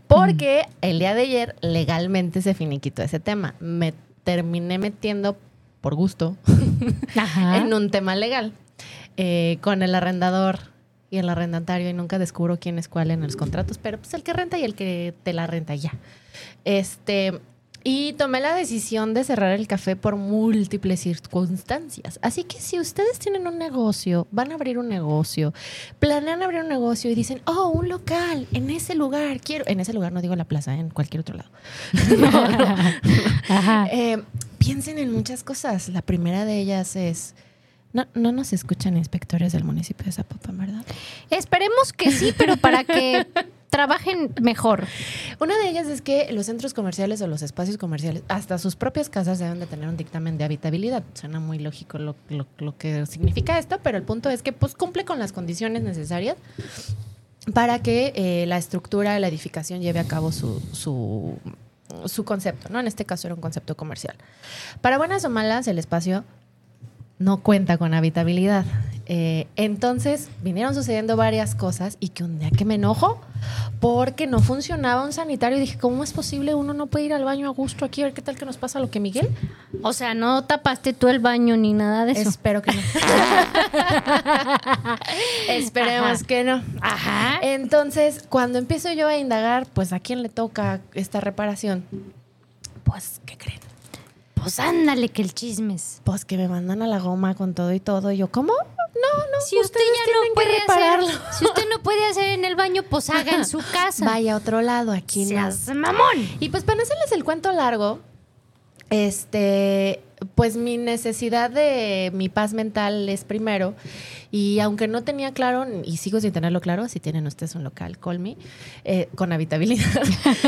Speaker 3: Porque el día de ayer legalmente se finiquitó ese tema. Me terminé metiendo por gusto
Speaker 1: <laughs> Ajá.
Speaker 3: en un tema legal eh, con el arrendador y el arrendatario y nunca descubro quién es cuál en los contratos, pero pues el que renta y el que te la renta ya. Este, y tomé la decisión de cerrar el café por múltiples circunstancias. Así que si ustedes tienen un negocio, van a abrir un negocio, planean abrir un negocio y dicen, oh, un local, en ese lugar, quiero, en ese lugar no digo la plaza, en cualquier otro lado. <laughs> No, no.
Speaker 1: Ajá.
Speaker 3: Eh, piensen en muchas cosas. La primera de ellas es. No, no nos escuchan inspectores del municipio de Zapopan, ¿verdad?
Speaker 1: Esperemos que sí, pero para que trabajen mejor.
Speaker 3: Una de ellas es que los centros comerciales o los espacios comerciales, hasta sus propias casas deben de tener un dictamen de habitabilidad. Suena muy lógico lo, lo- lo que significa esto, pero el punto es que pues, cumple con las condiciones necesarias para que eh, la estructura de la edificación lleve a cabo su, su, su concepto, ¿no? En este caso era un concepto comercial. Para buenas o malas, el espacio no cuenta con habitabilidad. Eh, entonces vinieron sucediendo varias cosas y que un día que me enojo porque no funcionaba un sanitario y dije, ¿cómo es posible? Uno no puede ir al baño a gusto aquí a ver qué tal que nos pasa lo que Miguel.
Speaker 1: O sea, no tapaste tú el baño ni nada de eso. <laughs>
Speaker 3: Espero que no. Esperemos
Speaker 1: Ajá.
Speaker 3: que no.
Speaker 1: Ajá.
Speaker 3: Eh, Entonces, cuando empiezo yo a indagar, pues a quién le toca esta reparación, pues, ¿qué creen?
Speaker 1: Pues ándale que el chisme es.
Speaker 3: Pues que me mandan a la goma con todo y todo. Y yo, ¿cómo? No, no.
Speaker 1: Si usted
Speaker 3: ustedes
Speaker 1: ya no
Speaker 3: tienen que
Speaker 1: puede
Speaker 3: repararlo.
Speaker 1: hacer, <laughs> si usted no puede hacer en el baño, pues haga en
Speaker 3: <laughs>
Speaker 1: su casa.
Speaker 3: Vaya a otro lado, aquí no.
Speaker 1: Seas
Speaker 3: <laughs>
Speaker 1: mamón.
Speaker 3: Y pues para no hacerles el cuento largo, este, pues mi necesidad de mi paz mental es primero. Y aunque no tenía claro, y sigo sin tenerlo claro, si tienen ustedes un local, call me, eh, con habitabilidad. <laughs>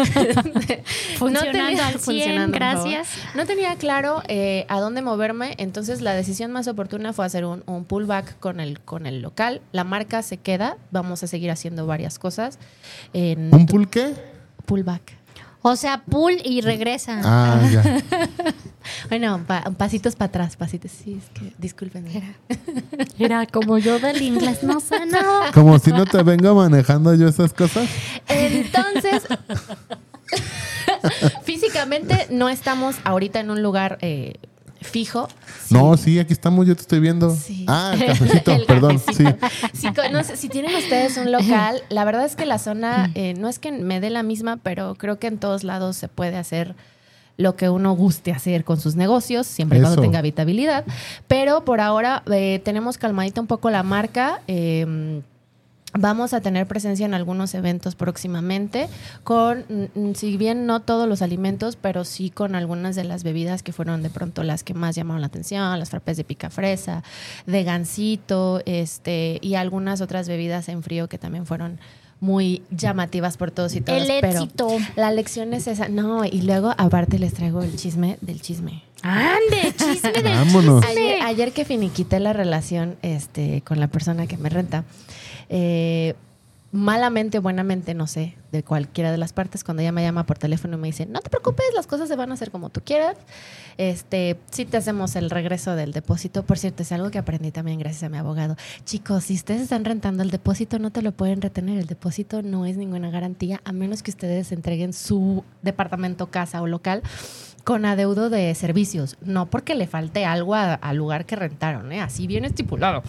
Speaker 1: Funcionando al 100,
Speaker 3: por favor.
Speaker 1: gracias.
Speaker 3: No tenía claro eh, a dónde moverme, entonces la decisión más oportuna fue hacer un, un pullback con el, con el local. La marca se queda, vamos a seguir haciendo varias cosas. En
Speaker 2: ¿Un pulque?
Speaker 3: pullback.
Speaker 1: O sea, pool y regresa.
Speaker 2: Ah, ya.
Speaker 3: Bueno, pa- pasitos para atrás, pasitos. Sí, es que disculpen.
Speaker 1: Era como yo del inglés, no sé nada.
Speaker 2: Como si no te vengo manejando yo esas cosas.
Speaker 3: Entonces, físicamente no estamos ahorita en un lugar eh, fijo.
Speaker 2: No, sí, aquí estamos, yo te estoy viendo.
Speaker 3: Sí.
Speaker 1: <laughs>
Speaker 2: Ah, el cafecito,
Speaker 3: El
Speaker 2: perdón.
Speaker 3: cafecito.
Speaker 2: Sí.
Speaker 3: Si, conoce- si tienen ustedes un local, la verdad es que la zona eh, no es que me dé la misma, pero creo que en todos lados se puede hacer lo que uno guste hacer con sus negocios, siempre y cuando
Speaker 2: Eso.
Speaker 3: tenga habitabilidad. Pero por ahora eh, tenemos calmadita un poco la marca. eh, Vamos a tener presencia en algunos eventos próximamente, con, mm, mm, si bien no todos los alimentos, pero sí con algunas de las bebidas que fueron de pronto las que más llamaron la atención, las frappés de pica fresa, de gansito, este, y algunas otras bebidas en frío que también fueron muy llamativas por todos y
Speaker 1: <laughs>
Speaker 3: todas.
Speaker 1: El
Speaker 3: pero
Speaker 1: éxito.
Speaker 3: la lección es esa. No, y luego aparte les traigo el chisme del chisme.
Speaker 1: Ande, chisme del
Speaker 2: Vámonos.
Speaker 1: chisme.
Speaker 3: Ayer, ayer que finiquité la relación este, con la persona que me renta, eh, malamente o buenamente, no sé, de cualquiera de las partes, cuando ella me llama por teléfono y me dice, no te preocupes, las cosas se van a hacer como tú quieras. Este, sí te hacemos el regreso del depósito. Por cierto, es algo que aprendí también gracias a mi abogado. Chicos, si ustedes están rentando el depósito, no te lo pueden retener. El depósito no es ninguna garantía, a menos que ustedes entreguen su departamento, casa o local con adeudo de servicios, no porque le falte algo a- al lugar que rentaron, ¿eh? así bien estipulado.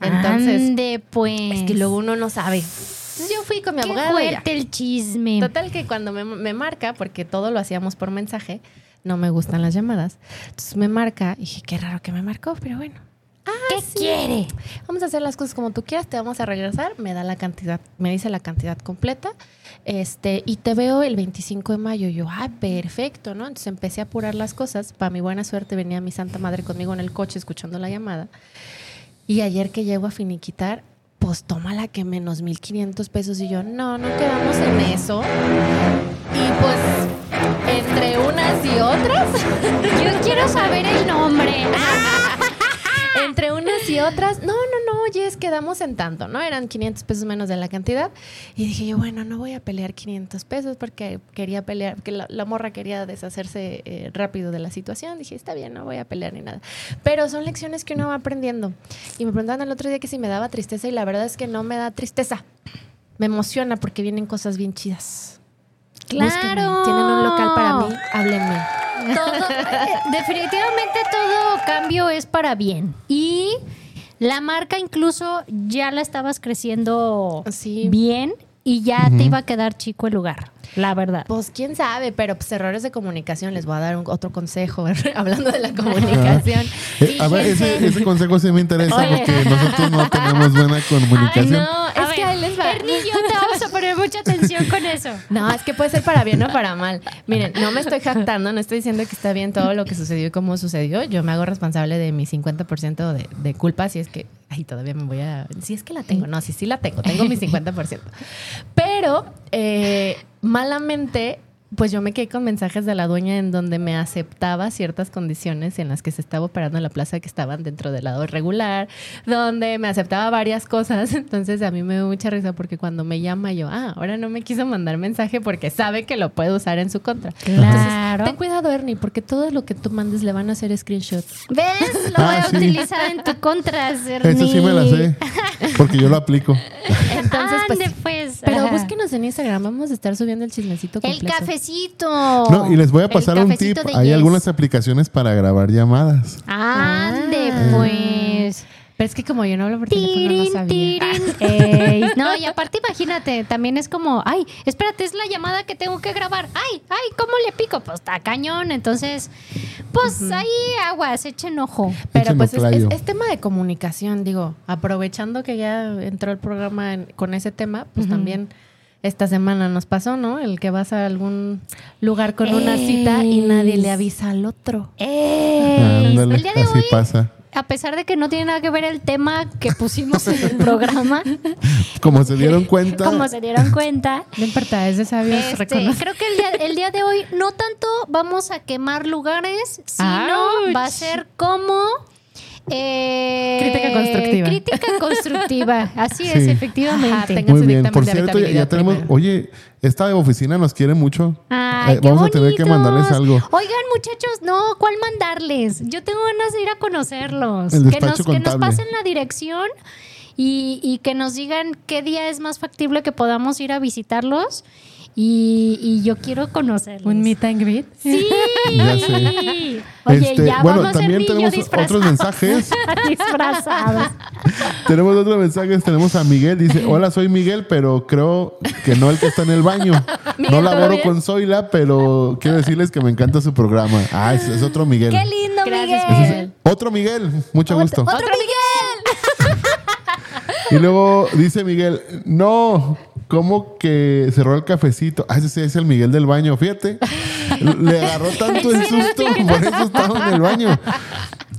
Speaker 3: Entonces,
Speaker 1: Ande, pues.
Speaker 3: es que luego uno no sabe. Entonces yo fui con mi
Speaker 1: Qué
Speaker 3: abogado. y ya.
Speaker 1: fuerte el chisme.
Speaker 3: Total que cuando me, me marca, porque todo lo hacíamos por mensaje, no me gustan las llamadas, entonces me marca y dije, qué raro que me marcó, pero bueno.
Speaker 1: ¿Qué quiere?
Speaker 3: Vamos a hacer las cosas como tú quieras, te vamos a regresar, me da la cantidad, me dice la cantidad completa, este, y te veo el 25 de mayo. Yo, ah, perfecto, ¿no? Entonces empecé a apurar las cosas. Para mi buena suerte venía mi santa madre conmigo en el coche escuchando la llamada. Y ayer que llego a finiquitar, pues toma la que menos 1500 pesos. Y yo, no, no quedamos en eso. Y pues, entre unas y otras.
Speaker 1: Pues <laughs> Yo quiero saber el nombre. Ah,
Speaker 3: entre unas y otras. No, no, no, Yes, quedamos en tanto, ¿no? Eran 500 pesos menos de la cantidad. Y dije yo, bueno, no voy a pelear 500 pesos porque quería pelear, porque la, la morra quería deshacerse eh, rápido de la situación. Dije, está bien, no voy a pelear ni nada. Pero son lecciones que uno va aprendiendo. Y me preguntaban el otro día que si me daba tristeza y la verdad es que no me da tristeza. Me emociona porque vienen cosas bien chidas.
Speaker 1: Claro.
Speaker 3: Búsquenme. Tienen un local para mí, háblenme.
Speaker 1: Todo- eh, definitivamente todo cambio es para bien. Y la marca incluso ya la estabas creciendo
Speaker 3: Sí.
Speaker 1: bien y ya te iba a quedar chico el lugar, la verdad.
Speaker 3: Pues quién sabe, pero pues errores de comunicación. Les voy a dar un- otro consejo <laughs> hablando de la comunicación.
Speaker 2: Eh, a ver, ese, ese consejo sí me interesa
Speaker 1: Oye.
Speaker 2: porque nosotros no tenemos buena comunicación.
Speaker 3: Ay, no, es que ahí les va.
Speaker 1: Ernillo, te vamos a poner mucha atención con eso.
Speaker 3: No, es que puede ser para bien o para mal. Miren, no me estoy jactando, no estoy diciendo que está bien todo lo que sucedió y cómo sucedió. Yo me hago responsable de mi 50% de, de culpa si es que... Ay, todavía me voy a... Si es que la tengo. No, sí, sí la tengo. Tengo mi 50%. Pero, eh, malamente... Pues yo me quedé con mensajes de la dueña en donde me aceptaba ciertas condiciones en las que se estaba operando en la plaza que estaban dentro del lado regular, donde me aceptaba varias cosas. <laughs> Entonces a mí me dio mucha risa porque cuando me llama yo, ah, ahora no me quiso mandar mensaje porque sabe que lo puede usar en su contra.
Speaker 1: Claro.
Speaker 3: Ten cuidado, Ernie, porque todo lo que tú mandes le van a hacer screenshots.
Speaker 1: ¿Ves? Lo voy
Speaker 2: Ah,
Speaker 1: a
Speaker 2: sí.
Speaker 1: utilizar en tu contra,
Speaker 2: Eso sí me la sé, porque yo lo aplico.
Speaker 3: Entonces, pues,
Speaker 1: Ande, pues.
Speaker 3: Pero
Speaker 1: Ajá.
Speaker 3: búsquenos en Instagram, vamos a estar subiendo el chismecito
Speaker 1: El
Speaker 3: completo.
Speaker 1: cafecito.
Speaker 2: No, y les voy a
Speaker 1: Oh, El
Speaker 2: pasar un tip.
Speaker 1: cafecito de
Speaker 2: Hay
Speaker 1: Yes.
Speaker 2: algunas aplicaciones para grabar llamadas.
Speaker 1: Ande, pues.
Speaker 3: Pero es que como yo no hablo por Ah. teléfono, no
Speaker 1: Tirin,
Speaker 3: sabía.
Speaker 1: tirin. Ey,
Speaker 3: <laughs>
Speaker 1: No, y aparte imagínate, también es como, ay, espérate, es la llamada que tengo que grabar. Ay, ay, ¿cómo le pico? Pues está cañón. Entonces, pues ahí aguas, echen ojo.
Speaker 3: Pero
Speaker 2: Échenlo,
Speaker 3: pues es,
Speaker 2: Clayo.
Speaker 3: es- es tema de comunicación, digo, aprovechando que ya entró el programa en- con ese tema, pues también esta semana nos pasó, ¿no? El que vas a algún lugar con una cita y nadie le avisa al otro.
Speaker 1: Ey,
Speaker 2: Ándale,
Speaker 1: Pues, el día de
Speaker 2: así
Speaker 1: hoy,
Speaker 2: pasa.
Speaker 1: a pesar de que no tiene nada que ver el tema que pusimos en el
Speaker 2: <laughs>
Speaker 1: programa,
Speaker 2: Como se dieron cuenta,
Speaker 1: como se dieron cuenta,
Speaker 3: No importa, es de sabios
Speaker 1: Este, <laughs>
Speaker 3: reconocer.
Speaker 1: creo que el día, el día de hoy no tanto vamos a quemar lugares, sino
Speaker 3: Ouch.
Speaker 1: va a ser como... eh,
Speaker 3: Crítica constructiva. <laughs>
Speaker 1: Crítica constructiva, así es,
Speaker 2: Sí.
Speaker 1: efectivamente.
Speaker 3: Ajá, tengan
Speaker 2: muy
Speaker 3: su
Speaker 2: bien.
Speaker 3: dictamen
Speaker 2: Por
Speaker 3: de
Speaker 2: cierto, ya, ya
Speaker 3: habitabilidad
Speaker 2: tenemos.
Speaker 3: primero.
Speaker 2: Oye, esta oficina nos quiere mucho.
Speaker 1: Ay,
Speaker 2: Eh,
Speaker 1: qué
Speaker 2: vamos a tener que
Speaker 1: bonitos.
Speaker 2: mandarles algo.
Speaker 1: Oigan, muchachos, no, ¿cuál mandarles? Yo tengo ganas de ir a conocerlos.
Speaker 2: El
Speaker 1: que, nos,
Speaker 2: despacho
Speaker 1: que nos
Speaker 2: contable.
Speaker 1: pasen la dirección y, y que nos digan qué día es más factible que podamos ir a visitarlos. Y, y yo quiero conocerlos.
Speaker 7: Un meet and greet.
Speaker 1: Sí.
Speaker 2: <laughs> Ya sé.
Speaker 1: Oye,
Speaker 2: Este,
Speaker 1: ya
Speaker 2: bueno,
Speaker 1: vamos a ser
Speaker 2: también
Speaker 1: niños
Speaker 2: tenemos otros
Speaker 1: disfrazados. <laughs>
Speaker 2: mensajes.
Speaker 1: disfrazados.
Speaker 2: tenemos otros mensajes. Tenemos a Miguel. Dice: Hola, soy Miguel, pero creo que no el que está en
Speaker 1: <laughs>
Speaker 2: el baño. no
Speaker 3: Miguel, ¿todo
Speaker 2: laboro
Speaker 3: bien?
Speaker 2: con Zoila, pero quiero decirles que me encanta su programa. Ah, es, es otro Miguel.
Speaker 1: Qué lindo,
Speaker 3: Gracias,
Speaker 1: Miguel.
Speaker 2: Ese es- otro Miguel. Mucho gusto.
Speaker 1: Otro Miguel.
Speaker 2: Y luego dice Miguel, no, ¿cómo que cerró el cafecito? Ah, ese sí es el Miguel del baño, fíjate. Le agarró tanto el susto, por eso estaba en el baño.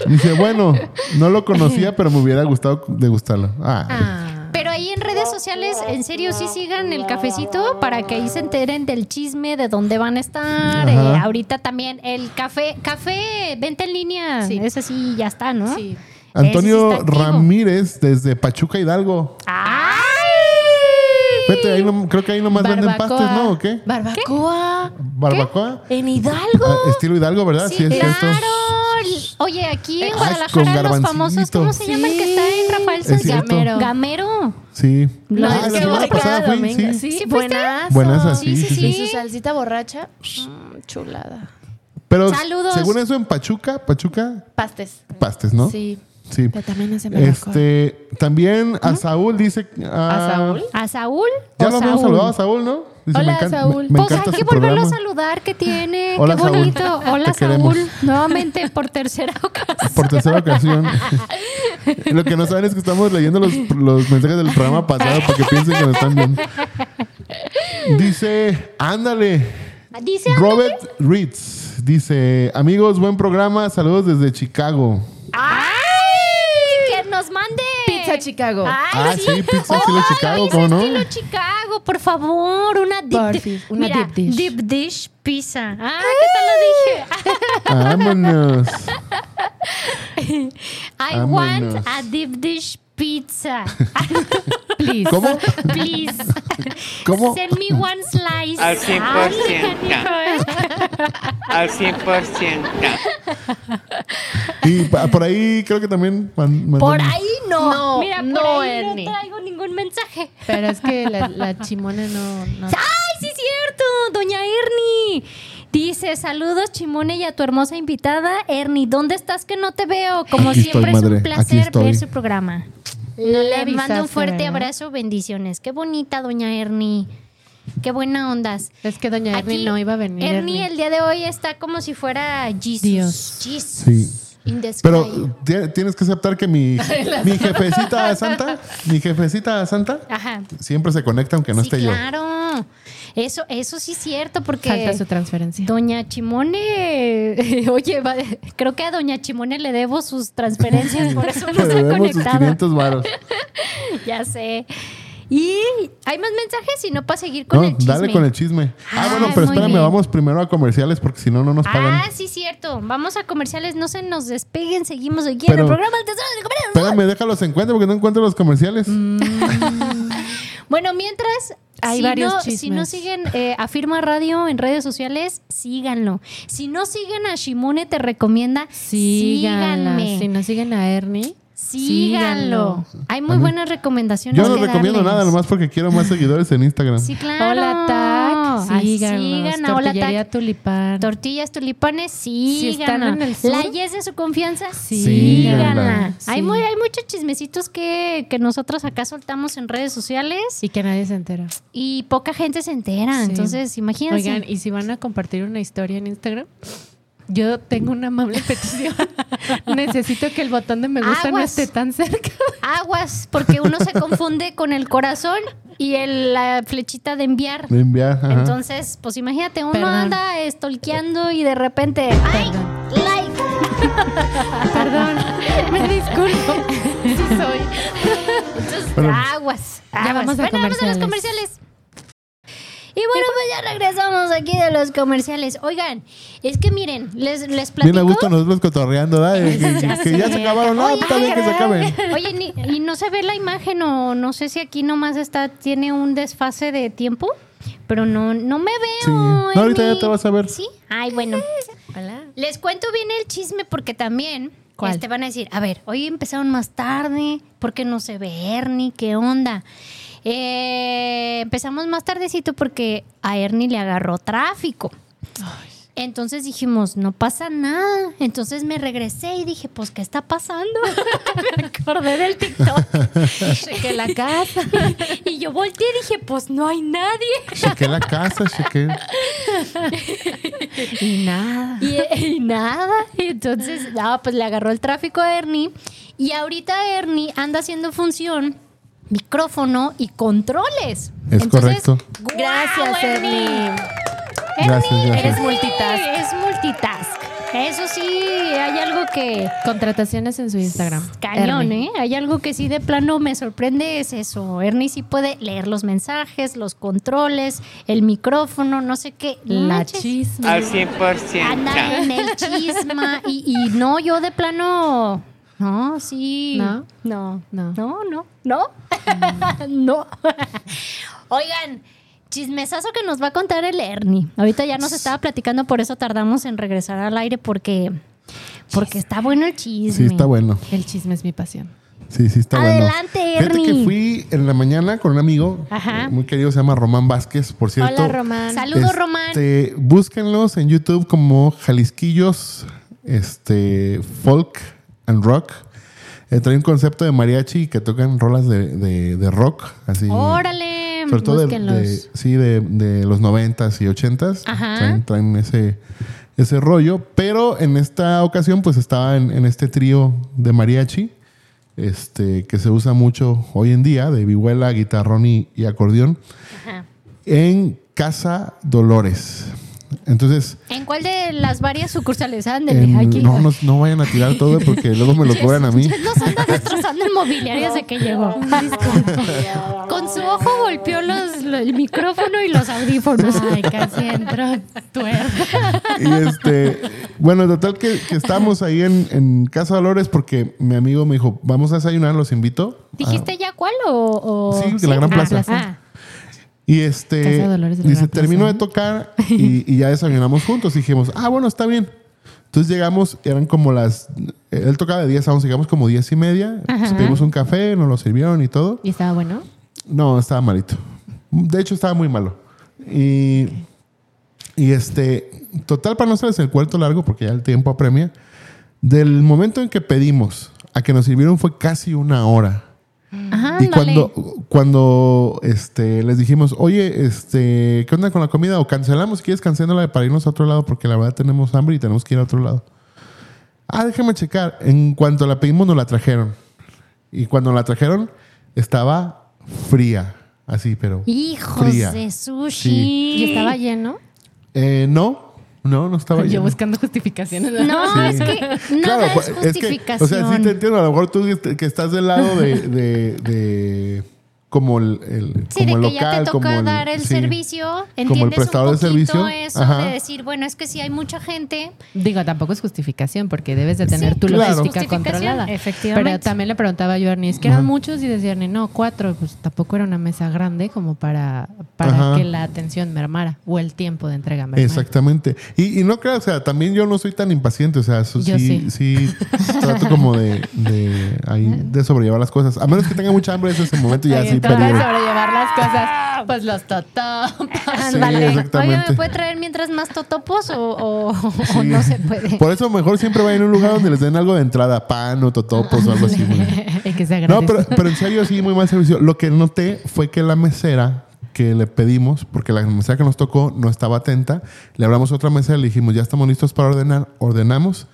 Speaker 2: Dice, bueno, no lo conocía, pero me hubiera gustado degustarlo. Ah,
Speaker 1: Pero ahí en redes sociales, en serio, sí sigan el cafecito para que ahí se enteren del chisme, de dónde van a estar.
Speaker 2: Ajá.
Speaker 1: Eh, ahorita también el café, café, venta en línea.
Speaker 3: Sí.
Speaker 1: Ese sí ya está, ¿no?
Speaker 3: Sí.
Speaker 1: Ese
Speaker 2: Antonio
Speaker 1: sí está activo.
Speaker 2: Ramírez desde Pachuca Hidalgo.
Speaker 1: ¡Ay!
Speaker 2: Vete, ahí no- creo que ahí nomás venden pastes, ¿no? ¿O qué?
Speaker 3: Barbacoa.
Speaker 2: ¿Barbacoa?
Speaker 3: ¿En Hidalgo?
Speaker 2: Ah, estilo Hidalgo, ¿verdad? Sí,
Speaker 1: Sí,
Speaker 2: es cierto.
Speaker 1: claro. Oye, aquí en
Speaker 2: Ah, con
Speaker 1: Guadalajara los famosos,
Speaker 2: garbancito.
Speaker 1: ¿cómo se llama el que está en Rafael
Speaker 2: Es cierto.
Speaker 1: Sánchez? Gamero. Gamero.
Speaker 2: Sí.
Speaker 1: No,
Speaker 2: Ah,
Speaker 1: es
Speaker 2: la
Speaker 1: que
Speaker 2: semana
Speaker 1: voy
Speaker 2: pasada
Speaker 3: cada
Speaker 2: fui,
Speaker 3: domingo,
Speaker 2: sí.
Speaker 3: Sí,
Speaker 1: fuiste?
Speaker 3: buenas.
Speaker 2: Buenas, sí,
Speaker 1: Sí, sí,
Speaker 2: sí,
Speaker 1: sí.
Speaker 2: sí.
Speaker 3: Y su salsita borracha. Mm, chulada.
Speaker 2: Pero
Speaker 1: Saludos.
Speaker 2: según eso en Pachuca, Pachuca,
Speaker 3: Pastes.
Speaker 2: pastes, ¿no?
Speaker 3: Sí.
Speaker 2: Sí.
Speaker 3: Pero también hacen barbacoa.
Speaker 2: Este, también a Saúl dice. ah,
Speaker 3: ¿A Saúl?
Speaker 1: ¿A Saúl?
Speaker 2: Ya
Speaker 1: o
Speaker 2: lo habíamos
Speaker 1: Saúl?
Speaker 2: saludado a Saúl, ¿no? Dice,
Speaker 3: Hola,
Speaker 2: encan-
Speaker 3: Saúl.
Speaker 2: Me,
Speaker 1: Pues hay
Speaker 2: encanta
Speaker 1: que
Speaker 2: su
Speaker 1: volverlo
Speaker 2: programa.
Speaker 1: a saludar, que tiene,
Speaker 2: Hola,
Speaker 1: qué
Speaker 2: Saúl.
Speaker 1: bonito. Hola
Speaker 2: Te
Speaker 1: Saúl,
Speaker 2: queremos.
Speaker 1: nuevamente por
Speaker 2: <laughs>
Speaker 1: tercera ocasión.
Speaker 2: Por tercera
Speaker 3: <laughs>
Speaker 2: ocasión. lo que no saben es que estamos leyendo los, los mensajes del programa pasado porque piensen que nos están viendo. Dice, ándale.
Speaker 1: Dice Andrés-
Speaker 2: Robert Reeds dice, amigos, buen programa, saludos desde Chicago.
Speaker 1: ¡Ay! Que nos mande
Speaker 3: Pizza Chicago.
Speaker 1: Ay,
Speaker 2: Ah, sí, pizza estilo
Speaker 1: Ay,
Speaker 2: Chicago,
Speaker 1: es
Speaker 2: ¿cómo no?
Speaker 1: Estilo Chicago, por favor, una deep
Speaker 3: Porfis,
Speaker 1: dish.
Speaker 3: una
Speaker 1: Mira,
Speaker 3: deep dish.
Speaker 1: Deep dish pizza. Ah, ¿qué tal lo dije?
Speaker 3: <laughs>
Speaker 2: Vámonos.
Speaker 1: I
Speaker 2: Vámonos.
Speaker 1: want a deep dish pizza.
Speaker 3: Please.
Speaker 2: ¿Cómo?
Speaker 3: Pues,
Speaker 1: Please.
Speaker 2: ¿Cómo?
Speaker 1: Send me one slice. Ah,
Speaker 6: Al 100%.
Speaker 1: Ay, canijo.
Speaker 6: Al 100%.
Speaker 2: Y pa- por ahí creo que también. man- mandaron-
Speaker 1: Por ahí no.
Speaker 3: No,
Speaker 1: Mira, por
Speaker 3: no,
Speaker 1: ahí
Speaker 3: Ernie.
Speaker 1: no traigo ningún mensaje.
Speaker 3: Pero es que la, la chimone no. no-
Speaker 1: ¡Ay, sí es cierto! Doña Ernie. Dice, saludos Chimone y a tu hermosa invitada. Ernie, ¿dónde estás que no te veo? Como
Speaker 2: Aquí
Speaker 1: siempre
Speaker 2: estoy, madre,
Speaker 1: es un
Speaker 2: aquí
Speaker 1: placer
Speaker 2: estoy.
Speaker 1: ver su programa.
Speaker 3: No le
Speaker 1: le
Speaker 3: avisaste,
Speaker 1: mando un fuerte
Speaker 3: ¿verdad?
Speaker 1: abrazo, bendiciones. Qué bonita, doña Ernie. Qué buena ondas.
Speaker 3: Es que doña Ernie
Speaker 1: Aquí,
Speaker 3: no iba a venir.
Speaker 1: Ernie, el día de hoy está como si fuera Jesus.
Speaker 3: Dios.
Speaker 1: Jesus.
Speaker 2: Sí.
Speaker 1: In the sky.
Speaker 2: Pero ti- tienes que aceptar
Speaker 1: <laughs>
Speaker 2: que mi, mi jefecita santa, mi jefecita santa,
Speaker 1: Ajá.
Speaker 2: siempre se conecta aunque no
Speaker 1: Ah. sí,
Speaker 2: esté
Speaker 1: claro. Eso, eso sí es cierto, porque.
Speaker 3: Falta su transferencia.
Speaker 1: Doña Chimone, <laughs> oye, va- creo que a Doña Chimone le debo sus transferencias, por
Speaker 2: <laughs>
Speaker 1: eso
Speaker 2: yo.
Speaker 1: no
Speaker 2: Pero
Speaker 1: se ha
Speaker 2: debemos sus
Speaker 1: conectado.
Speaker 2: 500 varos.
Speaker 1: <laughs> Ya sé. Y hay más mensajes, si no, para seguir con
Speaker 2: No,
Speaker 1: el chisme.
Speaker 2: dale con el chisme. Ah,
Speaker 1: Ah,
Speaker 2: bueno, pero
Speaker 1: muy
Speaker 2: espérame,
Speaker 1: bien.
Speaker 2: vamos primero a comerciales porque si no, no nos pagan.
Speaker 1: Ah, sí, cierto. Vamos a comerciales, no se nos despeguen, seguimos aquí en
Speaker 2: Pero-
Speaker 1: el programa El Tesoro del Comercio.
Speaker 2: Espérame, déjalos en cuenta porque no encuentro los comerciales.
Speaker 1: Mm, Bueno, mientras.
Speaker 3: Hay
Speaker 1: si
Speaker 3: varios
Speaker 1: no,
Speaker 3: chismes.
Speaker 1: Si no siguen eh, a Firma Radio en redes sociales, síganlo. Si no siguen a Shimone, te recomienda,
Speaker 3: Síganla.
Speaker 1: síganme.
Speaker 3: Si no siguen a Ernie.
Speaker 1: Síganlo. Hay muy buenas recomendaciones.
Speaker 2: Yo no
Speaker 1: que
Speaker 2: recomiendo
Speaker 1: darles.
Speaker 2: nada, nomás porque
Speaker 1: <laughs>
Speaker 2: quiero más seguidores en Instagram.
Speaker 1: Sí, claro.
Speaker 3: Hola, Tac.
Speaker 1: Ay,
Speaker 3: Síganos.
Speaker 1: Sigan a Ah, Hola
Speaker 3: Tortillería
Speaker 1: Tac.
Speaker 3: Tulipán.
Speaker 1: Tortillas, tulipanes, síganla.
Speaker 3: están en el sur,
Speaker 1: La Yes de su confianza,
Speaker 3: síganla.
Speaker 1: síganla. Hay,
Speaker 3: Sí.
Speaker 1: muy, hay muchos chismecitos que, que nosotros acá soltamos en redes sociales
Speaker 3: y que nadie se entera.
Speaker 1: y poca gente se entera.
Speaker 3: Sí.
Speaker 1: Entonces, imagínense.
Speaker 3: Oigan, y si van a compartir una historia en Instagram, yo tengo
Speaker 1: <laughs>
Speaker 3: una amable petición. Necesito que el botón de me gusta no
Speaker 1: Aguas.
Speaker 3: esté tan cerca.
Speaker 1: Aguas, porque uno
Speaker 3: <laughs>
Speaker 1: se confunde con el corazón y el- la flechita de enviar.
Speaker 2: De enviar. ajá.
Speaker 1: Entonces, pues imagínate, uno
Speaker 3: Perdón.
Speaker 1: anda estolqueando y de repente, ¡ay! ¡Like! <laughs>
Speaker 3: Perdón, me disculpo. Sí soy.
Speaker 1: Entonces,
Speaker 2: Bueno.
Speaker 1: aguas.
Speaker 3: Ya
Speaker 1: aguas.
Speaker 3: vamos a
Speaker 1: Bueno, vamos a los
Speaker 3: comerciales.
Speaker 1: comerciales. Y bueno, pues ya regresamos aquí de los comerciales. Oigan, es que miren, les, les platico.
Speaker 2: Bien a gusto nosotros
Speaker 1: <laughs>
Speaker 2: cotorreando, ¿verdad? Que,
Speaker 1: Ya
Speaker 2: que- que ya
Speaker 1: sé.
Speaker 2: se acabaron. No,
Speaker 1: Oye,
Speaker 2: pues también que se acaben.
Speaker 1: <laughs> Oye, ni- y no se ve la imagen o no sé si aquí nomás está, tiene un desfase de tiempo, pero no, no me
Speaker 2: Sí.
Speaker 1: veo.
Speaker 2: No,
Speaker 1: Emi.
Speaker 2: ahorita ya te vas a ver.
Speaker 1: ¿Sí? Ay, bueno.
Speaker 3: Hola.
Speaker 1: Les cuento bien el chisme porque también
Speaker 3: ¿Cuál?
Speaker 1: este, van a decir, a ver, hoy empezaron más tarde, porque no se ve Ernie, ¿qué onda? Eh, empezamos más tardecito porque a Ernie le agarró tráfico. Entonces dijimos, no pasa nada. Entonces me regresé y dije, pues, ¿qué está pasando? <laughs> me acordé del
Speaker 3: <laughs>
Speaker 1: TikTok.
Speaker 3: Que la casa.
Speaker 1: y yo volteé y dije, pues, no hay nadie.
Speaker 2: Chequé la casa, chequé.
Speaker 3: Y eh, nada.
Speaker 1: Y, <laughs> y nada. Y entonces, no, pues le agarró el tráfico a Ernie. Y ahorita Ernie anda haciendo función, micrófono y controles.
Speaker 2: Es correcto.
Speaker 1: ¡guau,
Speaker 3: Gracias, Ernie.
Speaker 2: Gracias, gracias.
Speaker 1: eres
Speaker 3: Eres multitask.
Speaker 1: Es multitask. Eso sí, hay algo que.
Speaker 3: Contrataciones en su Instagram.
Speaker 1: Cañón,
Speaker 3: Ernie.
Speaker 1: ¿eh? Hay algo que sí de plano me sorprende, es eso. Ernie sí puede leer los mensajes, los controles, el micrófono, no sé qué. No
Speaker 3: La
Speaker 1: manches.
Speaker 3: chisma.
Speaker 6: Al
Speaker 1: Andar
Speaker 6: 100%.
Speaker 1: en el chisma. Y, y no, yo de plano. No, sí.
Speaker 3: ¿No?
Speaker 1: No.
Speaker 3: No.
Speaker 1: No, no. No. <laughs> No. Oigan, chismesazo que nos va a contar el Ernie. Ahorita ya nos estaba platicando, por eso tardamos en regresar al aire, porque. Porque está bueno el chisme.
Speaker 2: Sí, está bueno.
Speaker 3: El chisme es mi pasión.
Speaker 2: Sí, sí, está
Speaker 1: Adelante,
Speaker 2: bueno. Fíjate que
Speaker 1: Ernie.
Speaker 2: fui en la mañana con un amigo
Speaker 1: Ajá.
Speaker 2: eh, muy querido, se llama Román Vázquez, por cierto.
Speaker 3: Hola, Román.
Speaker 1: Saludos, Román.
Speaker 2: Este, Búsquenlos en YouTube como Jalisquillos este, Folk and Rock. Eh, trae un concepto de mariachi que tocan rolas de, de- de rock. Así,
Speaker 1: Órale.
Speaker 2: Sobre todo de-
Speaker 3: búsquenlos.
Speaker 2: de- sí, de, de los noventas y ochentas.
Speaker 1: Ajá.
Speaker 2: Traen, traen ese, ese rollo. Pero en esta ocasión, pues estaba en, en este trío de mariachi. Este, que se usa mucho hoy en día, de vihuela, guitarrón y, y acordeón,
Speaker 1: Ajá.
Speaker 2: en Casa Dolores. Entonces,
Speaker 1: ¿En cuál de las varias sucursales? Ándale,
Speaker 2: en-
Speaker 1: aquí.
Speaker 2: no, no, no vayan a tirar todo porque luego
Speaker 1: <laughs>
Speaker 2: me lo cobran a mí.
Speaker 1: Nos anda destrozando el mobiliario desde que
Speaker 3: <laughs>
Speaker 1: llegó. Con su ojo golpeó
Speaker 3: <laughs>
Speaker 1: los, lo- el micrófono y los audífonos.
Speaker 7: Ay, casi entro
Speaker 1: <laughs>
Speaker 7: tuerto.
Speaker 2: Y este, bueno, total que, que estábamos ahí en, en Casa Dolores porque mi amigo me dijo, vamos a desayunar, los invito.
Speaker 1: ¿Dijiste ya cuál o...? o-
Speaker 2: Sí, de la Gran
Speaker 1: Ah,
Speaker 2: Plaza.
Speaker 1: ah.
Speaker 2: Y
Speaker 3: Casa
Speaker 2: este,
Speaker 3: Dolores de la
Speaker 2: dice,
Speaker 3: Gran Plaza.
Speaker 2: termino de tocar y, y ya desayunamos juntos. Y dijimos, ah, bueno, está bien. Entonces llegamos, eran como las, él tocaba de 10 a 11, llegamos como 10 y media, Pues
Speaker 1: Ajá.
Speaker 2: pedimos un café, nos lo sirvieron y todo.
Speaker 3: ¿Y estaba bueno?
Speaker 2: No, estaba malito. De hecho, estaba muy malo. Y, y este, total, para no hacerles el cuarto largo, porque ya el tiempo apremia, del momento en que pedimos a que nos sirvieron fue casi una hora.
Speaker 1: Ajá,
Speaker 2: Y
Speaker 1: ándale.
Speaker 2: cuando, cuando este, les dijimos, oye, este, ¿qué onda con la comida? O cancelamos, si quieres cancelarla para irnos a otro lado, porque la verdad tenemos hambre y tenemos que ir a otro lado. Ah, déjame checar. En cuanto la pedimos, nos la trajeron. Y cuando la trajeron, estaba fría. Así, pero.
Speaker 1: Hijos
Speaker 2: fría.
Speaker 1: de sushi.
Speaker 2: Sí.
Speaker 3: ¿Y estaba lleno?
Speaker 2: Eh, no, no, no estaba
Speaker 7: Yo
Speaker 2: lleno.
Speaker 7: buscando justificaciones.
Speaker 3: <laughs>
Speaker 1: No, es que nada
Speaker 2: Claro,
Speaker 1: es
Speaker 2: pues, es
Speaker 1: justificación.
Speaker 2: que, o sea, sí te entiendo. A lo mejor tú que- que estás del lado de, de- de- como el, el-
Speaker 1: Sí,
Speaker 2: como el
Speaker 1: de que
Speaker 2: local,
Speaker 1: ya te
Speaker 2: como
Speaker 1: toca
Speaker 2: el-
Speaker 1: dar el
Speaker 2: sí.
Speaker 1: servicio, entiendes
Speaker 2: el prestador de
Speaker 1: un poquito
Speaker 2: servicio,
Speaker 1: eso
Speaker 2: ajá.
Speaker 1: de decir, bueno, es que si hay mucha gente,
Speaker 3: Digo, tampoco es justificación porque debes de tener
Speaker 1: Sí,
Speaker 3: tu
Speaker 2: claro.
Speaker 3: logística
Speaker 1: Justificación,
Speaker 3: controlada.
Speaker 1: efectivamente.
Speaker 3: Pero también le preguntaba yo a Ernie, es que eran muchos y decía Ernie, no, cuatro, pues tampoco era una mesa grande como para, para
Speaker 2: Ajá.
Speaker 3: que la atención mermara o el tiempo de entrega mermara.
Speaker 2: Exactamente. Y, y no creas, o sea, también yo no soy tan impaciente, o sea, eso
Speaker 3: Yo
Speaker 2: sí, sí trato como de, de, ahí,
Speaker 1: <laughs>
Speaker 2: de sobrellevar las cosas. A menos que tenga mucha hambre, ese es el momento y ya
Speaker 3: Y
Speaker 2: sí
Speaker 3: entonces
Speaker 2: perdí.
Speaker 3: sobrellevar las cosas, pues los <laughs> totopas.
Speaker 1: ándale. Oye,
Speaker 2: exactamente.
Speaker 1: ¿me puede traer mientras más totopos o, o-
Speaker 2: <laughs>
Speaker 1: o no se puede?
Speaker 3: <laughs>
Speaker 2: Por eso mejor siempre vayan a un lugar donde les den algo de entrada, pan o totopos o algo así.
Speaker 1: <laughs>
Speaker 2: güey.
Speaker 3: <laughs> Y que se agradezca.
Speaker 2: No, pero, pero en serio, sí, muy mal servicio. Lo que noté fue que la mesera que le pedimos, porque la mesera que nos tocó no estaba atenta, le hablamos a otra mesera, le dijimos, ya estamos listos para ordenar, ordenamos.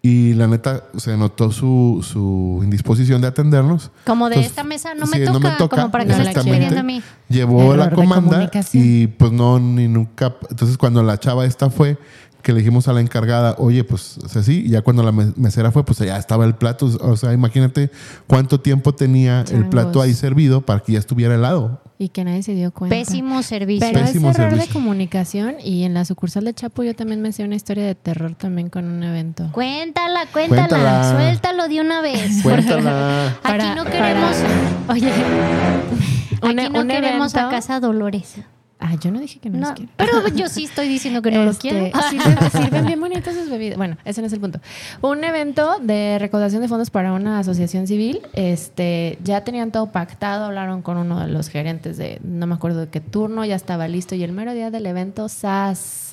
Speaker 2: Y la neta se notó su, su indisposición de atendernos.
Speaker 1: Como de
Speaker 2: Entonces,
Speaker 1: esta mesa no,
Speaker 2: sí,
Speaker 1: me, toca, como para que me la esté
Speaker 2: exactamente.
Speaker 1: pidiendo a mí.
Speaker 2: Llevó
Speaker 3: Error
Speaker 2: la
Speaker 3: de
Speaker 2: comanda
Speaker 3: comunicación.
Speaker 2: y pues no, ni nunca. Entonces, cuando la chava esta fue, que le dijimos a la encargada, oye, pues o sea, sí, y ya cuando la me- mesera fue, pues ya estaba el plato. O sea, imagínate cuánto tiempo tenía el
Speaker 3: Changos.
Speaker 2: plato ahí servido para que ya estuviera helado.
Speaker 3: Y que nadie se dio cuenta.
Speaker 1: Pésimo servicio.
Speaker 3: Pero ese
Speaker 2: Pésimo
Speaker 3: error de
Speaker 2: servicio.
Speaker 3: comunicación y en la sucursal de Chapo yo también me sé una historia de terror también con un evento.
Speaker 1: Cuéntala, cuéntala,
Speaker 2: Cuéntala.
Speaker 1: Suéltalo de una vez.
Speaker 2: Cuéntala.
Speaker 1: <laughs> Aquí
Speaker 3: Para-
Speaker 1: no queremos.
Speaker 3: <laughs>
Speaker 1: Oye.
Speaker 3: Un-
Speaker 1: Aquí no
Speaker 3: un
Speaker 1: queremos a
Speaker 3: evento.
Speaker 1: Casa Dolores.
Speaker 3: Ah, yo no dije que no,
Speaker 1: No,
Speaker 3: los quiero.
Speaker 1: pero
Speaker 3: <laughs>
Speaker 1: yo sí estoy diciendo que no lo
Speaker 3: Este, <laughs>
Speaker 1: quiero.
Speaker 3: sirven,
Speaker 1: <laughs>
Speaker 3: sirven bien bonitas sus bebidas. Bueno, ese no es el punto. Un evento de recaudación de fondos para una asociación civil. Este, ya tenían todo pactado, hablaron con uno de los gerentes de no me acuerdo de qué turno, ya estaba listo. Y el mero día del evento, ¡zas!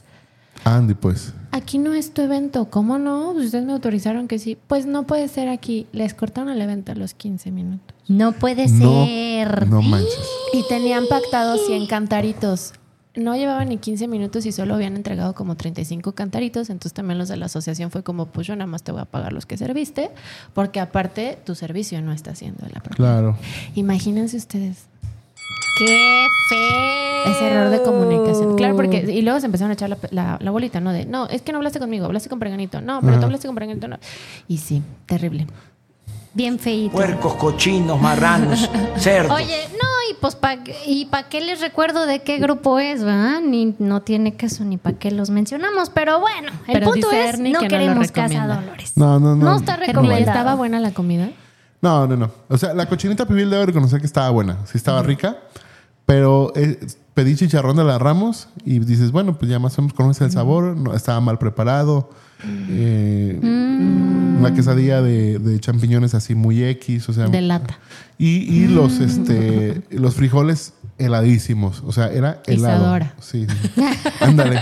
Speaker 2: Andy, pues.
Speaker 3: Aquí no es tu evento, ¿cómo no? Pues ustedes me autorizaron que sí. Pues no puede ser aquí. Les cortaron el evento a los 15 minutos.
Speaker 1: No puede
Speaker 2: <laughs> No,
Speaker 1: ser.
Speaker 2: no manches.
Speaker 3: Y tenían pactado 100 cantaritos. No llevaban ni 15 minutos y solo habían entregado como 35 cantaritos. Entonces también los de la asociación fue como, pues yo nada más te voy a pagar los que serviste, porque aparte tu servicio no está siendo la propia.
Speaker 2: Claro.
Speaker 3: Imagínense ustedes
Speaker 1: Qué feo.
Speaker 3: ese error de comunicación. Claro, porque y luego se empezaron a echar la, la- la bolita, ¿no? De, no, es que no hablaste conmigo, hablaste con Preganito. No, pero
Speaker 2: Ajá.
Speaker 3: tú hablaste con Preganito, no. Y sí, terrible.
Speaker 1: Bien feito.
Speaker 5: Puercos, cochinos, marranos, cerdos.
Speaker 1: <laughs> Oye, no, y pues pa, y pa qué les recuerdo de qué grupo es, ¿verdad? Ni no tiene caso ni para qué los mencionamos, pero bueno, el
Speaker 3: Pero
Speaker 1: punto
Speaker 3: dice
Speaker 1: es
Speaker 3: Ernie
Speaker 1: no
Speaker 3: que no lo
Speaker 1: queremos Casa
Speaker 3: recomienda.
Speaker 1: Dolores.
Speaker 2: No, no, no.
Speaker 1: No está recomendado.
Speaker 3: ¿Estaba buena la comida?
Speaker 2: No, no, no. O sea, la cochinita pibil debo reconocer que estaba buena. Sí estaba rica, pero eh, pedí chicharrón de la Ramos y dices, bueno, pues ya más o menos conoces el sabor, no, estaba mal preparado. Eh, Una quesadilla de, de champiñones así muy X, o sea...
Speaker 3: Mm. De lata. Mm.
Speaker 2: Y, y los, este, los frijoles heladísimos, o sea, era helado.
Speaker 3: Isadora.
Speaker 2: Sí, sí.
Speaker 3: <laughs>
Speaker 2: Ándale.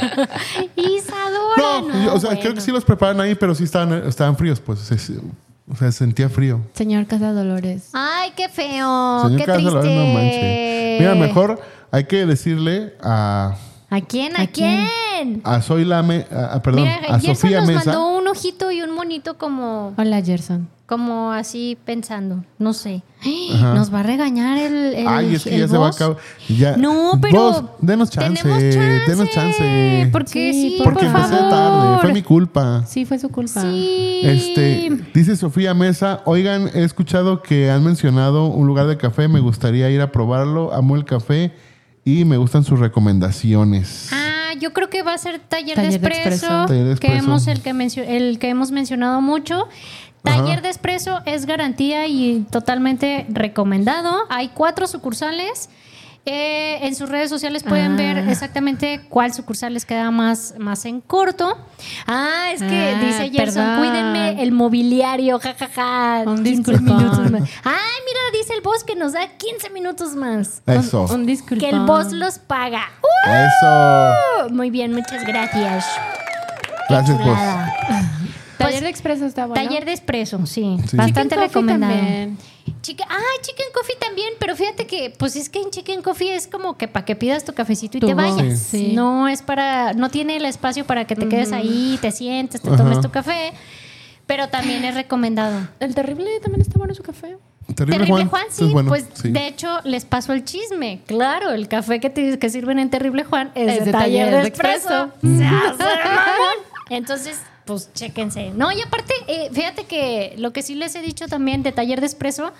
Speaker 1: Isadora,
Speaker 2: No,
Speaker 1: no.
Speaker 2: yo- o sea, creo que
Speaker 1: bueno.
Speaker 2: sí los preparan ahí, pero sí estaban, estaban fríos, pues. se- se- o sea, sentía frío.
Speaker 3: Señor Casa Dolores.
Speaker 1: Ay, qué feo,
Speaker 2: Señor
Speaker 1: qué
Speaker 2: Casa
Speaker 1: triste.
Speaker 2: Dolores, no manche. Mira, mejor hay que decirle a,
Speaker 1: ¿A quién? ¿A,
Speaker 3: ¿A
Speaker 1: quién?
Speaker 3: quién?
Speaker 2: a Soy Lame, a, a- perdón,
Speaker 1: Mira,
Speaker 2: a
Speaker 1: Gerson
Speaker 2: Sofía
Speaker 1: nos
Speaker 2: Mesa.
Speaker 1: mandó un ojito y un monito como
Speaker 3: Hola, Gerson.
Speaker 1: como así pensando, no sé.
Speaker 2: Ajá.
Speaker 1: Nos va a regañar el, el
Speaker 2: Ay, es que
Speaker 1: el
Speaker 2: ya se va a
Speaker 1: boss.
Speaker 2: acabar. Ya.
Speaker 1: No, pero
Speaker 2: Vos, denos chance,
Speaker 1: tenemos chance.
Speaker 2: denos chance.
Speaker 1: Porque sí,
Speaker 3: Sí,
Speaker 1: por
Speaker 2: Porque empecé
Speaker 1: favor.
Speaker 2: tarde, fue mi culpa.
Speaker 3: Sí, fue su culpa.
Speaker 1: Sí.
Speaker 2: Este, dice Sofía Mesa, oigan, he escuchado que han mencionado un lugar de café, me gustaría ir a probarlo, amo el café y me gustan sus recomendaciones.
Speaker 1: Ah, yo creo que va a ser taller,
Speaker 3: Taller
Speaker 1: de
Speaker 3: de
Speaker 1: expreso,
Speaker 3: Expreso.
Speaker 2: Taller de
Speaker 1: que
Speaker 2: Expreso.
Speaker 1: hemos el que mencio- el que hemos mencionado mucho. Taller de Espresso es garantía y totalmente recomendado. Hay cuatro sucursales. Eh, en sus redes sociales pueden
Speaker 7: Ah.
Speaker 1: ver exactamente cuál sucursal les queda más, más en corto. Ah, es que
Speaker 7: Ah,
Speaker 1: dice Gerson,
Speaker 7: perdón.
Speaker 1: cuídenme el mobiliario, jajaja.
Speaker 7: Un
Speaker 1: 15
Speaker 7: disculpón.
Speaker 1: minutos más. Ay, mira, dice el boss que nos da 15 minutos más.
Speaker 3: Oh.
Speaker 2: Eso.
Speaker 7: Un disculpa.
Speaker 1: Que el boss los paga. ¡Uh!
Speaker 2: Eso.
Speaker 1: Muy bien, muchas gracias. Qué
Speaker 2: Gracias, boss.
Speaker 1: chulada.
Speaker 3: Taller
Speaker 1: Pues,
Speaker 3: de expreso está bueno.
Speaker 1: Taller de espresso, sí.
Speaker 2: Sí.
Speaker 1: Bastante
Speaker 3: Chicken Coffee
Speaker 1: recomendado.
Speaker 3: también.
Speaker 1: Chica, ah, Chicken Coffee también, pero fíjate que, pues es que en Chicken Coffee es como que para que pidas tu cafecito y
Speaker 7: Tu
Speaker 1: te
Speaker 7: voz,
Speaker 1: vayas.
Speaker 7: sí.
Speaker 1: No es para, no tiene el espacio para que te quedes ahí, te sientes, te tomes
Speaker 2: Ajá.
Speaker 1: tu café, pero también es recomendado.
Speaker 3: El terrible también está bueno su café.
Speaker 1: Terrible Juan, sí,
Speaker 2: es bueno,
Speaker 1: pues
Speaker 2: sí.
Speaker 1: de hecho les paso el chisme. Claro, el café que, te- que sirven en Terrible Juan es,
Speaker 3: Es
Speaker 1: de,
Speaker 3: de
Speaker 1: taller,
Speaker 3: Taller
Speaker 1: de
Speaker 3: de
Speaker 1: expreso. <laughs> Se hace, mamón. Entonces, pues chéquense. No, y aparte, eh, fíjate que lo que sí les he dicho también de taller de expreso.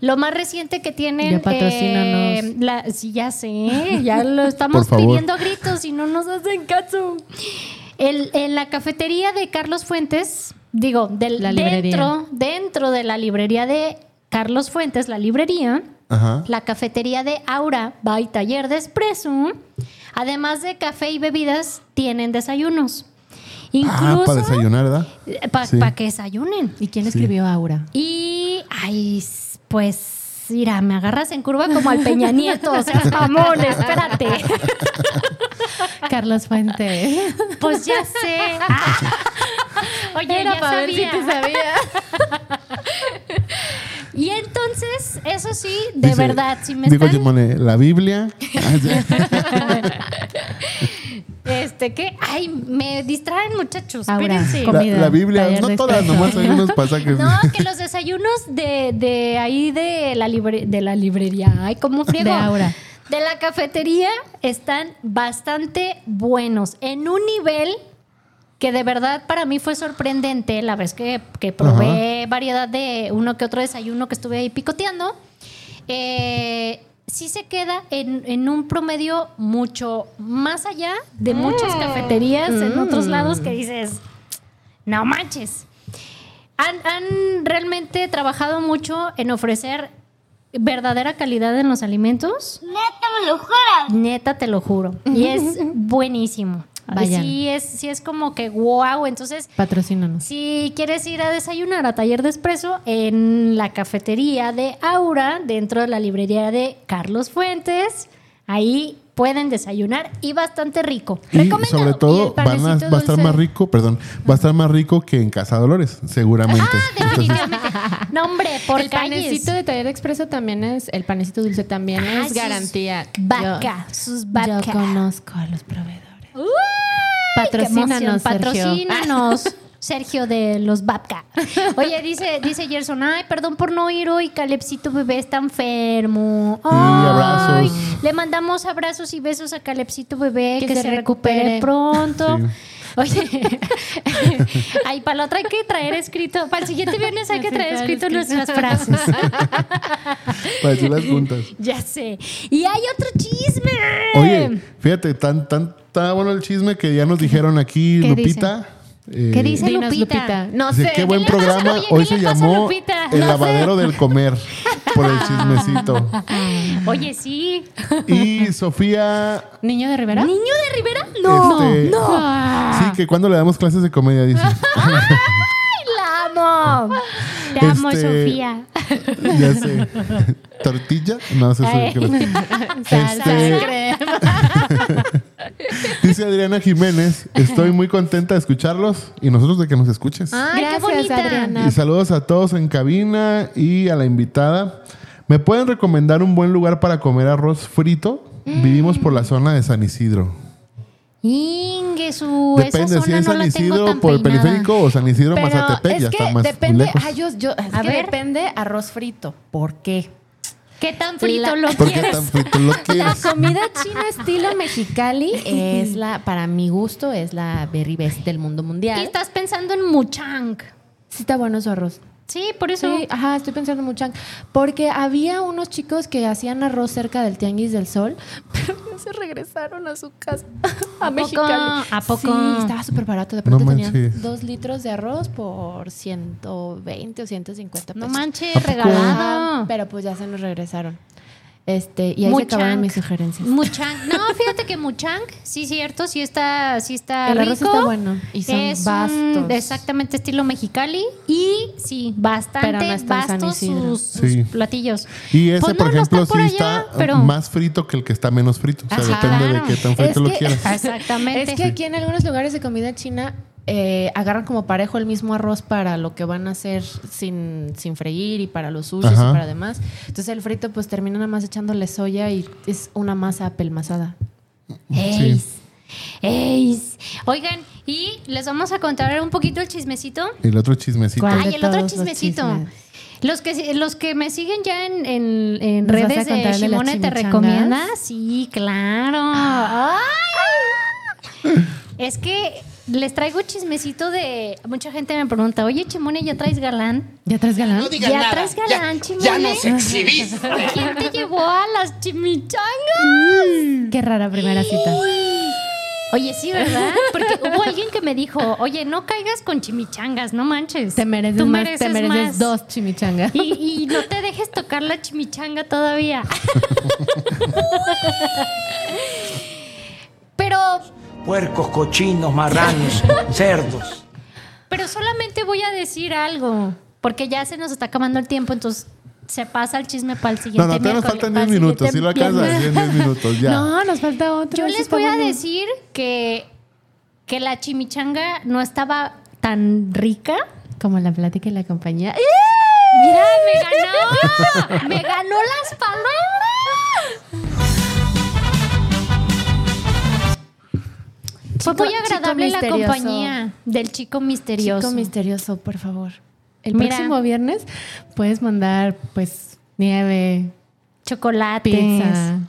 Speaker 1: Lo más reciente que tienen.
Speaker 7: Ya patrocínanos.
Speaker 1: eh, la- sí, ya sé. Ya lo estamos
Speaker 2: Por favor.
Speaker 1: pidiendo a gritos y no nos hacen caso. El- en la cafetería de Carlos Fuentes, digo, del,
Speaker 7: La librería.
Speaker 1: dentro, dentro de la librería de Carlos Fuentes, la librería,
Speaker 2: Ajá. Ah,
Speaker 1: la cafetería de Aura by Taller de Espresso, además de café y bebidas, tienen desayunos. Incluso
Speaker 2: Ah, para desayunar, ¿verdad?
Speaker 1: para
Speaker 2: Sí.
Speaker 1: que desayunen.
Speaker 7: ¿Y quién escribió
Speaker 1: <laughs>
Speaker 7: Aura?
Speaker 1: Y, ay, s- pues, mira, me agarras en curva como al Peña Nieto. O
Speaker 2: <laughs>
Speaker 1: sea, jamón, espérate.
Speaker 7: Carlos Fuentes.
Speaker 1: Pues
Speaker 7: <laughs>
Speaker 1: ya sé. Oye,
Speaker 3: <laughs>
Speaker 7: Era
Speaker 1: ya
Speaker 7: para ver si
Speaker 1: sabía.
Speaker 7: te sabía.
Speaker 1: Y entonces, eso sí, de
Speaker 2: Dice-
Speaker 1: verdad, si me
Speaker 2: Digo,
Speaker 1: están...
Speaker 2: Jimone,
Speaker 1: <laughs>
Speaker 2: la Biblia. Ah, sí.
Speaker 1: Este, que, ay, me distraen muchachos,
Speaker 7: Ahora.
Speaker 1: espérense.
Speaker 2: la,
Speaker 7: Comida,
Speaker 2: la Biblia.
Speaker 7: taller
Speaker 2: No
Speaker 7: de
Speaker 2: todas,
Speaker 7: expreso.
Speaker 2: nomás hay unos
Speaker 1: <laughs>
Speaker 2: pasajes.
Speaker 1: No, que los desayunos de, de ahí de la, libre- de la librería, ay, cómo friego.
Speaker 7: De Aura.
Speaker 1: De la cafetería están bastante buenos, en un nivel que de verdad para mí fue sorprendente la vez que, que probé variedad de uno que otro desayuno que estuve ahí picoteando. Eh, sí se queda en, en un promedio mucho más allá de muchas cafeterías en otros lados que dices, no manches. Han, han realmente trabajado mucho en ofrecer verdadera calidad en los alimentos. Neta, me lo juro. Neta, te lo juro. Y <laughs> es buenísimo.
Speaker 7: Vayan.
Speaker 1: Sí es, sí es como que wow. Entonces,
Speaker 7: Patrocínanos.
Speaker 1: si quieres ir a desayunar a Taller de Espresso en la cafetería de Aura, dentro de la librería de Carlos Fuentes, ahí pueden desayunar y bastante rico.
Speaker 2: Y
Speaker 1: Recomendado.
Speaker 2: sobre
Speaker 1: Y el
Speaker 2: todo, van a-
Speaker 1: panecito
Speaker 2: va a estar
Speaker 1: dulce.
Speaker 2: más rico, perdón, va a estar más rico que en Casa Dolores, seguramente.
Speaker 1: Ah, definitivamente. <laughs> No, hombre, por
Speaker 3: el
Speaker 1: calles.
Speaker 3: panecito de taller expreso también es, el panecito dulce también
Speaker 1: Ah,
Speaker 3: es
Speaker 1: sus
Speaker 3: garantía.
Speaker 1: Vaca, sus
Speaker 7: Yo
Speaker 1: vacas.
Speaker 7: conozco a los
Speaker 2: Eh,
Speaker 7: proveedores.
Speaker 1: Uy, qué emoción.
Speaker 7: Patrocínanos, Sergio.
Speaker 1: Patrocínanos, Sergio de los Babka. Oye, dice, dice Gerson, ay, perdón por no ir hoy, Calepsito bebé está enfermo. Ay,
Speaker 2: abrazos.
Speaker 1: Le mandamos abrazos y besos a Calepsito bebé, que,
Speaker 7: Que
Speaker 1: se,
Speaker 7: se recupere.
Speaker 1: recupere, pronto.
Speaker 2: Sí.
Speaker 1: Oye, <laughs> ay, para la otra hay que traer escrito, para el siguiente viernes hay que traer escrito nuestras frases. <laughs>
Speaker 2: Para decir las juntas.
Speaker 1: Ya sé. Y hay otro chisme. Eh.
Speaker 2: Oye, fíjate, tan, tan, tan bueno el chisme que ya nos dijeron aquí,
Speaker 1: qué
Speaker 2: Lupita. eh,
Speaker 1: ¿Qué dice
Speaker 7: Dinos,
Speaker 1: Lupita?
Speaker 7: Lupita.
Speaker 3: No
Speaker 2: dice,
Speaker 3: sé.
Speaker 2: qué buen
Speaker 1: le pasa?
Speaker 2: programa.
Speaker 1: Oye, ¿qué
Speaker 2: Hoy
Speaker 1: le
Speaker 2: se
Speaker 1: pasa a
Speaker 2: llamó
Speaker 1: Lupita?
Speaker 2: El
Speaker 1: No sé.
Speaker 2: lavadero del comer por el
Speaker 1: <laughs>
Speaker 2: chismecito.
Speaker 1: Oye, sí.
Speaker 2: Y Sofía,
Speaker 7: ¿Niño de Rivera?
Speaker 1: ¿Niño de Rivera? No.
Speaker 2: ¿Ah? este,
Speaker 7: Ah,
Speaker 2: sí, que cuando le damos clases de
Speaker 1: <laughs>
Speaker 2: comedia, dice.
Speaker 1: ¡Ay, la amo! Te amo,
Speaker 2: Este,
Speaker 1: Sofía.
Speaker 2: ya sé. ¿Tortilla? No sé.
Speaker 1: Ay.
Speaker 2: qué
Speaker 1: Salsa.
Speaker 2: Este- Dice Adriana Jiménez, estoy muy contenta de escucharlos y nosotros de que nos escuches.
Speaker 1: Ay, qué
Speaker 3: Gracias,
Speaker 1: bonita.
Speaker 3: Adriana.
Speaker 2: Y saludos a todos en cabina y a la invitada. ¿Me pueden recomendar un buen lugar para comer arroz frito?
Speaker 1: Mm.
Speaker 2: Vivimos por la zona de San Isidro.
Speaker 1: Ingesu, esa
Speaker 2: Depende
Speaker 1: zona
Speaker 2: si es
Speaker 1: no
Speaker 2: San
Speaker 1: la
Speaker 2: Isidro
Speaker 1: tengo tan
Speaker 2: por el
Speaker 1: peinada.
Speaker 2: periférico o San Isidro
Speaker 3: Pero
Speaker 2: Mazatepec.
Speaker 3: es
Speaker 2: ya está
Speaker 3: que
Speaker 2: más
Speaker 3: depende,
Speaker 2: lejos.
Speaker 3: ay, yo, yo- es
Speaker 1: A
Speaker 3: que
Speaker 1: ver.
Speaker 3: depende arroz frito. ¿Por qué?
Speaker 1: ¿Qué tan frito
Speaker 3: La-
Speaker 1: lo
Speaker 2: ¿Por qué
Speaker 1: quieres?
Speaker 2: tan
Speaker 1: <laughs>
Speaker 2: frito lo
Speaker 3: La
Speaker 2: quieres?
Speaker 3: comida china estilo <laughs> mexicali es la, para mi gusto, es la berry best del mundo
Speaker 1: Y
Speaker 3: mundial.
Speaker 1: estás pensando en Muchang.
Speaker 3: Sí está bueno su arroz.
Speaker 1: Sí, por eso.
Speaker 3: Sí, ajá, estoy pensando mucho. Porque había unos chicos que hacían arroz cerca del Tianguis del Sol, <laughs> pero se regresaron a su casa,
Speaker 1: <laughs>
Speaker 3: a
Speaker 1: ¿A poco?
Speaker 3: Mexicali.
Speaker 1: ¿A poco?
Speaker 3: Sí, estaba súper barato. De
Speaker 2: No
Speaker 3: pronto tenían
Speaker 2: manches.
Speaker 3: dos litros de arroz por 120 o 150
Speaker 1: No
Speaker 3: pesos.
Speaker 1: manches,
Speaker 3: Ajá,
Speaker 1: regalado.
Speaker 3: Pero pues ya se nos regresaron. Este, y ahí se
Speaker 1: Mucha-
Speaker 3: acabaron mis sugerencias.
Speaker 1: Muchang. No, fíjate que Muchang, sí cierto, sí está, sí está
Speaker 3: El
Speaker 1: rico.
Speaker 3: arroz está bueno y son
Speaker 1: es un-
Speaker 3: bastos.
Speaker 1: exactamente estilo mexicali. Y sí, bastante
Speaker 3: Pero no está en San
Speaker 1: bastos
Speaker 3: Isidro.
Speaker 1: sus, sus
Speaker 2: Sí.
Speaker 1: platillos.
Speaker 2: Y ese,
Speaker 1: Pues no,
Speaker 2: por
Speaker 1: no
Speaker 2: ejemplo,
Speaker 1: está por
Speaker 2: sí
Speaker 1: allá,
Speaker 2: está
Speaker 1: pero-
Speaker 2: más frito que el que está menos frito. O sea,
Speaker 1: Ajá.
Speaker 2: depende
Speaker 1: Claro.
Speaker 2: de qué tan frito
Speaker 3: Es
Speaker 2: lo
Speaker 3: que-
Speaker 2: quieras.
Speaker 1: <laughs> Exactamente.
Speaker 3: Es que aquí en algunos lugares de comida china eh, agarran como parejo el mismo arroz para lo que van a hacer sin, sin freír y para los sushis
Speaker 2: Ajá.
Speaker 3: y para demás. Entonces el frito pues termina nada más echándole soya y es una masa apelmazada.
Speaker 1: Eis. Eis. Oigan, y les vamos a contar un poquito el chismecito.
Speaker 2: El otro chismecito.
Speaker 3: ¿Cuál?
Speaker 1: Ay, el
Speaker 3: de
Speaker 1: otro
Speaker 3: todos los
Speaker 1: chismecito.
Speaker 3: chismes?
Speaker 1: Los que, se- los que me siguen ya en, en- en
Speaker 7: ¿Nos vas a
Speaker 1: redes
Speaker 7: contar de
Speaker 1: de
Speaker 7: las
Speaker 1: Shimone te
Speaker 7: chimichangas?
Speaker 1: recomienda. Sí, claro. Ay. Es que les traigo chismecito de. Mucha gente me pregunta, oye, Chimone, ¿ya traes galán?
Speaker 7: ¿Ya traes galán?
Speaker 4: No digas
Speaker 1: Ya
Speaker 4: nada.
Speaker 1: traes
Speaker 4: ya-
Speaker 1: galán,
Speaker 4: ya,
Speaker 1: Chimone.
Speaker 4: nos exhibiste.
Speaker 1: ¿Quién te llevó a las chimichangas?
Speaker 7: Qué rara primera cita.
Speaker 1: Oye, sí, ¿verdad? Porque hubo alguien que me dijo, oye, no caigas con chimichangas, no manches.
Speaker 7: Te mereces,
Speaker 1: Tú
Speaker 7: más,
Speaker 1: mereces
Speaker 7: te mereces
Speaker 1: más.
Speaker 7: dos
Speaker 3: <laughs>
Speaker 7: chimichangas.
Speaker 1: Y, y no te dejes tocar la chimichanga todavía. pero,
Speaker 5: Puercos, cochinos, marranos, cerdos.
Speaker 1: pero solamente voy a decir algo, porque ya se nos está acabando el tiempo, entonces se pasa el chisme para el
Speaker 2: No,
Speaker 1: siguiente.
Speaker 2: no, te nos
Speaker 1: miércoles,
Speaker 2: faltan
Speaker 1: para
Speaker 2: 10
Speaker 1: el
Speaker 2: minutos.
Speaker 1: siguiente
Speaker 2: Sí, lo acabas de decir en 10 minutos.
Speaker 1: <laughs>
Speaker 2: Ya.
Speaker 7: No, nos falta otro.
Speaker 1: Yo
Speaker 7: eso
Speaker 1: les
Speaker 7: está
Speaker 1: voy a
Speaker 7: bueno.
Speaker 1: decir que, que la chimichanga no estaba tan rica.
Speaker 7: Como la plática y la compañía.
Speaker 1: Mira, me ganó. Me ganó las palabras. Fue
Speaker 3: Chico-
Speaker 1: muy agradable
Speaker 3: chico
Speaker 1: la
Speaker 3: misterioso.
Speaker 1: compañía del chico misterioso.
Speaker 3: Chico misterioso, por favor.
Speaker 7: El
Speaker 1: Mira.
Speaker 7: próximo viernes puedes mandar, pues, nieve,
Speaker 1: Chocolates.
Speaker 7: pizza,
Speaker 1: Mira,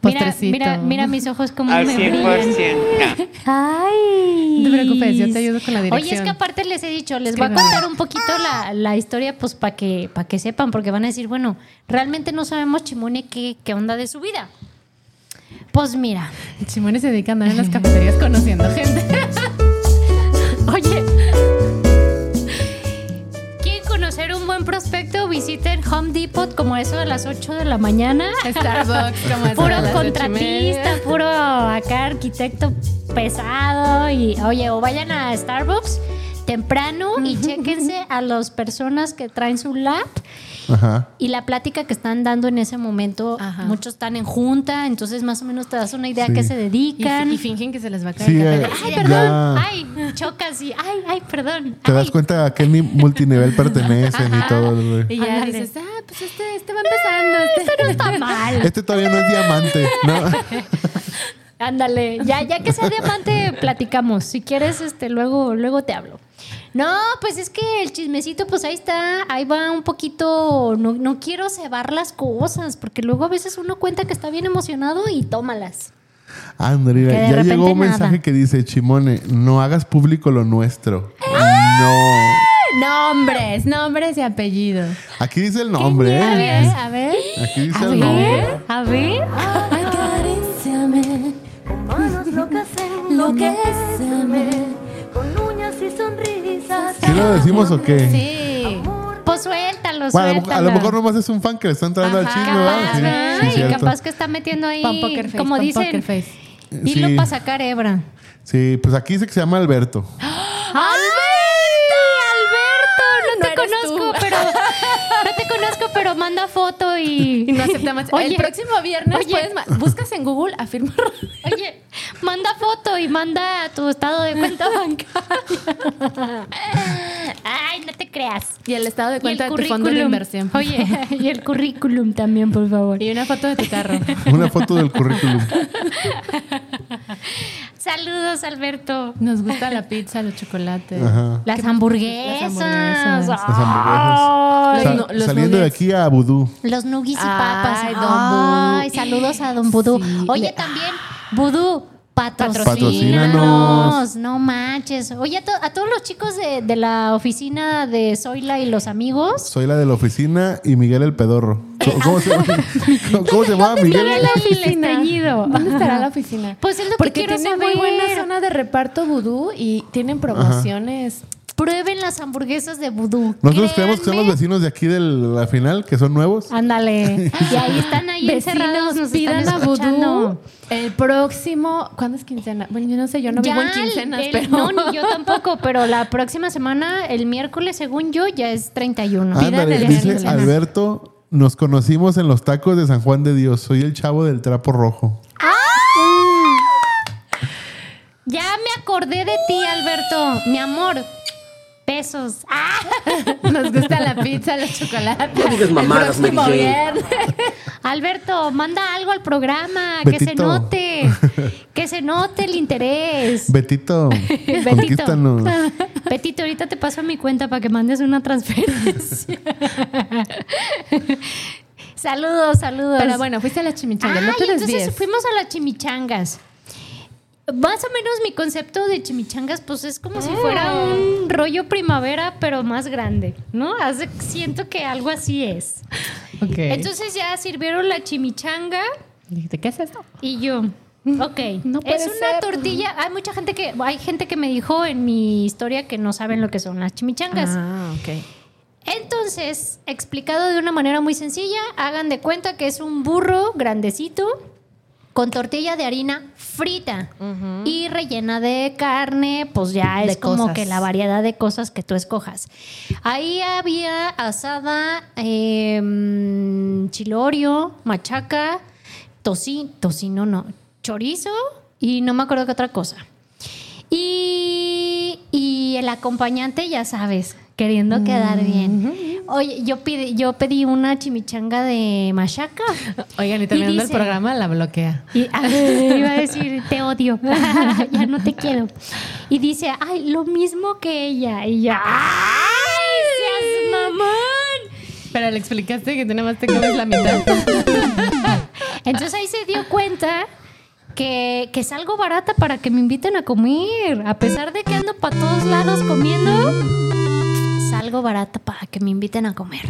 Speaker 7: postrecito.
Speaker 1: mira, mira mis ojos como
Speaker 6: Al
Speaker 1: me brillan.
Speaker 6: 100%.
Speaker 1: Ay.
Speaker 7: No te preocupes, yo te ayudo con la dirección.
Speaker 1: Oye, es que aparte les he dicho, les voy a
Speaker 7: Escríbeme.
Speaker 1: contar un poquito la, la historia, pues para que, pa' que sepan, porque van a decir, bueno, realmente no sabemos, Chimone, qué, qué onda de su vida. Pues mira,
Speaker 7: Chimone se dedica a andar en las cafeterías conociendo gente.
Speaker 1: oye. ¿Quieren conocer un buen prospecto? Visiten Home Depot como eso de las 8 de la mañana.
Speaker 7: Starbucks,
Speaker 1: <laughs>
Speaker 7: como eso,
Speaker 1: puro
Speaker 7: a las ocho y
Speaker 1: contratista,
Speaker 7: media.
Speaker 1: puro acá arquitecto pesado y oye, o vayan a Starbucks temprano y chéquense a las personas que traen su lap
Speaker 2: Ajá.
Speaker 1: y la plática que están dando en ese momento.
Speaker 7: Ajá.
Speaker 1: Muchos están en junta, entonces más o menos te das una idea a
Speaker 2: Sí.
Speaker 1: qué se
Speaker 7: Y, fi-
Speaker 1: dedican.
Speaker 7: y fingen que se les va a caer.
Speaker 2: Sí,
Speaker 7: el
Speaker 2: eh,
Speaker 7: café.
Speaker 1: ay,
Speaker 2: ya
Speaker 1: perdón, ay, chocas y ay, ay, perdón.
Speaker 2: te
Speaker 1: ay.
Speaker 2: das cuenta a qué ni- multinivel pertenecen y todo. güey.
Speaker 1: <laughs>
Speaker 7: Y ya
Speaker 1: ándale.
Speaker 7: dices, ah, pues este, este va empezando.
Speaker 1: Esto no está mal.
Speaker 2: Este todavía no es diamante, ¿no?
Speaker 1: <laughs> Ándale, ya, ya que sea diamante, platicamos. Si quieres, este, luego, luego te hablo. No, pues es que el chismecito, pues ahí está, ahí va un poquito. No, no quiero cebar las cosas, porque luego a veces uno cuenta que está bien emocionado y tómalas.
Speaker 2: Andrea,
Speaker 1: Que de
Speaker 2: ya
Speaker 1: repente
Speaker 2: llegó un mensaje
Speaker 1: nada.
Speaker 2: que dice, Chimone, no hagas público lo nuestro.
Speaker 7: Nombres, nombres y apellidos.
Speaker 2: No. Aquí dice el nombre,
Speaker 7: A ver,
Speaker 2: ¿eh?
Speaker 7: a ver.
Speaker 2: Aquí dice
Speaker 1: A
Speaker 2: el nombre.
Speaker 1: ver, a ver.
Speaker 2: ¿Sí lo decimos o qué?
Speaker 7: Sí.
Speaker 1: Pues suéltalo,
Speaker 2: Bueno, a lo,
Speaker 1: suéltalo.
Speaker 2: a lo mejor nomás es un fan que le está entrando al
Speaker 7: Ajá.
Speaker 2: chisme,
Speaker 1: Capaz,
Speaker 2: ¿verdad?
Speaker 1: ¿verdad?
Speaker 2: Sí, sí,
Speaker 1: y
Speaker 2: cierto.
Speaker 1: capaz que está metiendo ahí,
Speaker 7: Pon poker face,
Speaker 1: como
Speaker 7: pon
Speaker 1: dicen,
Speaker 7: poker face.
Speaker 1: dilo
Speaker 2: Sí.
Speaker 1: para sacar hebra.
Speaker 2: Sí, pues aquí dice que se llama Alberto.
Speaker 1: ¡Alberto! Alberto, no, te
Speaker 7: eres
Speaker 1: conozco,
Speaker 7: tú. <laughs>
Speaker 1: pero no te conozco, pero manda foto y,
Speaker 7: Y no aceptamos. el
Speaker 1: Oye,
Speaker 7: próximo viernes
Speaker 1: oye.
Speaker 7: puedes ma- buscas en Google a firmar.
Speaker 1: Oye, manda foto y manda tu estado de
Speaker 7: <laughs>
Speaker 1: cuenta bancaria. Ay, no te creas.
Speaker 7: Y el estado de
Speaker 1: Y el
Speaker 7: cuenta de tu
Speaker 1: currículum.
Speaker 7: fondo de inversión. <laughs>
Speaker 1: Oye, y el currículum también, por favor.
Speaker 7: Y una foto de tu carro.
Speaker 2: Una foto del
Speaker 1: <laughs>
Speaker 2: currículum.
Speaker 1: Saludos, Alberto.
Speaker 7: Nos gusta la pizza, los chocolates.
Speaker 2: Ajá.
Speaker 1: Las hamburguesas.
Speaker 7: Las hamburguesas.
Speaker 2: Las hamburguesas.
Speaker 1: Ay.
Speaker 7: Los
Speaker 2: Sa-
Speaker 7: nu- los
Speaker 2: saliendo de
Speaker 7: nuggets.
Speaker 2: aquí a Vudú.
Speaker 1: Los nuggies y
Speaker 7: Ay,
Speaker 1: papas. Ay,
Speaker 7: don Vudú.
Speaker 1: saludos a Don Vudú.
Speaker 7: Sí.
Speaker 1: Oye,
Speaker 7: Le-
Speaker 1: también, Vudú, patrocínanos.
Speaker 2: Patrocínanos.
Speaker 1: No manches. Oye, a, to- a todos los chicos de, de la oficina de Zoila y los amigos.
Speaker 2: Soy la de
Speaker 1: <laughs>
Speaker 2: la oficina y Miguel el Pedorro. ¿Cómo, cómo se, cómo- cómo se llamaba Miguel?
Speaker 1: Miguel el Estreñido.
Speaker 3: ¿Dónde estará la oficina?
Speaker 1: Pues es lo que
Speaker 3: Porque
Speaker 1: quiero
Speaker 3: tienen
Speaker 1: saber.
Speaker 3: muy buena zona de reparto vudú y tienen promociones.
Speaker 1: Prueben las hamburguesas de vudú.
Speaker 2: Nosotros creemos que son los
Speaker 1: Créanme. Ah,
Speaker 2: vecinos de aquí de la final, que son nuevos.
Speaker 7: Ándale.
Speaker 1: Y ahí están ahí encerrados, nos
Speaker 7: pidan
Speaker 1: están
Speaker 7: a vudú.
Speaker 1: escuchando.
Speaker 3: El próximo, ¿cuándo es quincena? Bueno, yo no sé, yo no vivo en
Speaker 1: el-
Speaker 3: quincenas,
Speaker 1: el- No,
Speaker 3: pero
Speaker 1: ni yo
Speaker 3: <laughs>
Speaker 1: tampoco, pero la próxima semana, el miércoles, según yo, ya es 31.
Speaker 3: Ah.
Speaker 2: Ándale,
Speaker 3: el
Speaker 2: dice
Speaker 3: viernes.
Speaker 2: Alberto, nos conocimos en los tacos de San Juan de Dios. Soy el chavo del trapo rojo.
Speaker 1: Ya me acordé de ti, Alberto. Mi amor, besos. ¡Ah!
Speaker 7: Nos gusta la pizza, los chocolates.
Speaker 8: No digas mamadas, Mary Jane.
Speaker 1: Alberto, manda algo al programa, que se
Speaker 2: Betito. <laughs>
Speaker 1: note, que se note el interés. <laughs>
Speaker 2: Betito, conquístanos.
Speaker 1: Ah. Betito, ahorita te paso mi cuenta para que mandes una
Speaker 2: <laughs>
Speaker 1: transferencia. saludos, saludos.
Speaker 7: Pero bueno, fuiste a la chimichanga. no
Speaker 1: Ay,
Speaker 7: te
Speaker 1: entonces
Speaker 7: desvíes.
Speaker 1: fuimos a las chimichangas. Más o menos mi concepto de chimichangas, pues es como si fuera
Speaker 7: Ah.
Speaker 1: un rollo primavera, pero más grande, ¿no? Hace- Siento que algo así es.
Speaker 7: Ok.
Speaker 1: Entonces ya sirvieron la chimichanga
Speaker 7: Dijiste, ¿qué es esto?
Speaker 1: y yo. Ok,
Speaker 7: Mm, No puede
Speaker 1: es una
Speaker 7: ser.
Speaker 1: tortilla. Hay mucha gente que hay gente que me dijo en mi historia que no saben lo que son las chimichangas.
Speaker 7: Ah, ok.
Speaker 1: Entonces, explicado de una manera muy sencilla, hagan de cuenta que es un burro grandecito con tortilla de harina frita y rellena de carne, pues ya
Speaker 3: De
Speaker 1: es como
Speaker 3: cosas.
Speaker 1: que la variedad de cosas que tú escojas. Ahí había asada, em, chilorio, machaca, tocino, tocino no, chorizo y no me acuerdo qué otra cosa. Y, y el acompañante, ya sabes, queriendo quedar bien. Oye, yo pedí, yo pedí una chimichanga de machaca.
Speaker 7: <laughs> Oigan, y terminando el
Speaker 1: dice-
Speaker 7: programa la bloquea.
Speaker 1: Y ah, iba
Speaker 7: <laughs>
Speaker 1: a decir, te odio, <laughs> ya no te quiero. Y dice, ay, lo mismo que ella. Y ya, ¡ay, seas mamón!
Speaker 7: Pero le explicaste que tú nada más te comes la
Speaker 3: <laughs>
Speaker 7: mitad.
Speaker 1: Entonces ahí se dio cuenta que, que salgo barata para que me inviten a comer. A pesar de que ando para todos lados comiendo, salgo barata para que me inviten a comer.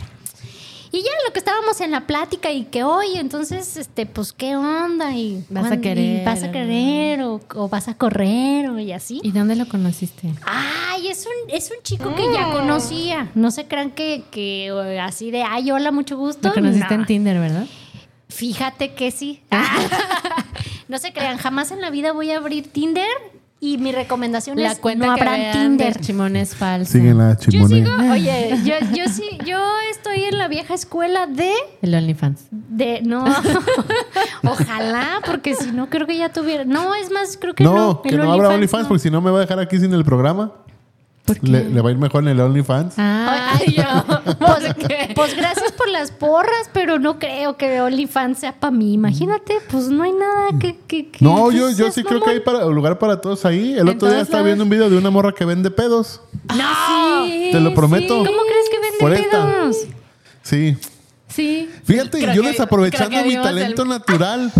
Speaker 1: Y ya lo que estábamos en la plática y que hoy, entonces, este, pues, ¿qué onda? Y
Speaker 7: Vas a
Speaker 1: cuándo- y
Speaker 7: querer,
Speaker 1: vas a
Speaker 7: ¿no?
Speaker 1: querer o, o vas a correr o y así.
Speaker 7: ¿Y dónde lo conociste?
Speaker 1: Ay, es un, es un chico que
Speaker 7: Mm.
Speaker 1: ya conocía. No se crean que, que eh, así de, ay, hola, mucho gusto.
Speaker 7: Lo conociste
Speaker 1: No.
Speaker 7: en Tinder, ¿verdad?
Speaker 1: Fíjate
Speaker 7: <laughs>
Speaker 1: que sí. Ah. <laughs> no se crean, jamás en la vida voy a abrir Tinder y mi recomendación
Speaker 7: La
Speaker 1: es
Speaker 7: cuenta
Speaker 1: no
Speaker 7: que
Speaker 1: abran
Speaker 7: vean
Speaker 1: Tinder.
Speaker 7: del Chimón es falsa.
Speaker 2: Siguen la
Speaker 1: Yo
Speaker 2: chimonea.
Speaker 1: sigo, Ah, oye, yo, yo sí, yo estoy en la vieja escuela de
Speaker 7: El OnlyFans.
Speaker 1: de no. <laughs> Ojalá, porque si no creo que ya tuviera. No, es más, creo que
Speaker 2: no,
Speaker 1: no.
Speaker 2: que
Speaker 1: el
Speaker 2: no abra OnlyFans, pues.
Speaker 1: OnlyFans no.
Speaker 2: porque si no me va a dejar aquí sin el programa. Le, le va a ir mejor en el OnlyFans.
Speaker 7: Ah,
Speaker 1: Ay,
Speaker 2: <laughs>
Speaker 1: yo. Pues, pues gracias por las porras, pero no creo que OnlyFans sea para mí. Imagínate, pues no hay nada que. que, que-
Speaker 2: No,
Speaker 1: que
Speaker 2: yo, yo
Speaker 1: seas
Speaker 2: sí creo que
Speaker 1: mamón.
Speaker 2: hay para, lugar para todos ahí. El otro día
Speaker 7: todos
Speaker 2: estaba
Speaker 7: lados.
Speaker 2: viendo un video de una morra que vende pedos.
Speaker 1: No.
Speaker 2: Te lo prometo.
Speaker 1: ¿Cómo crees que vende
Speaker 2: Por esta.
Speaker 1: pedos?
Speaker 2: Sí.
Speaker 7: Sí.
Speaker 2: Fíjate,
Speaker 7: Creo
Speaker 2: yo
Speaker 7: que-
Speaker 2: desaprovechando
Speaker 7: creo que
Speaker 2: mi
Speaker 7: vimos el-
Speaker 1: <laughs>
Speaker 2: talento natural.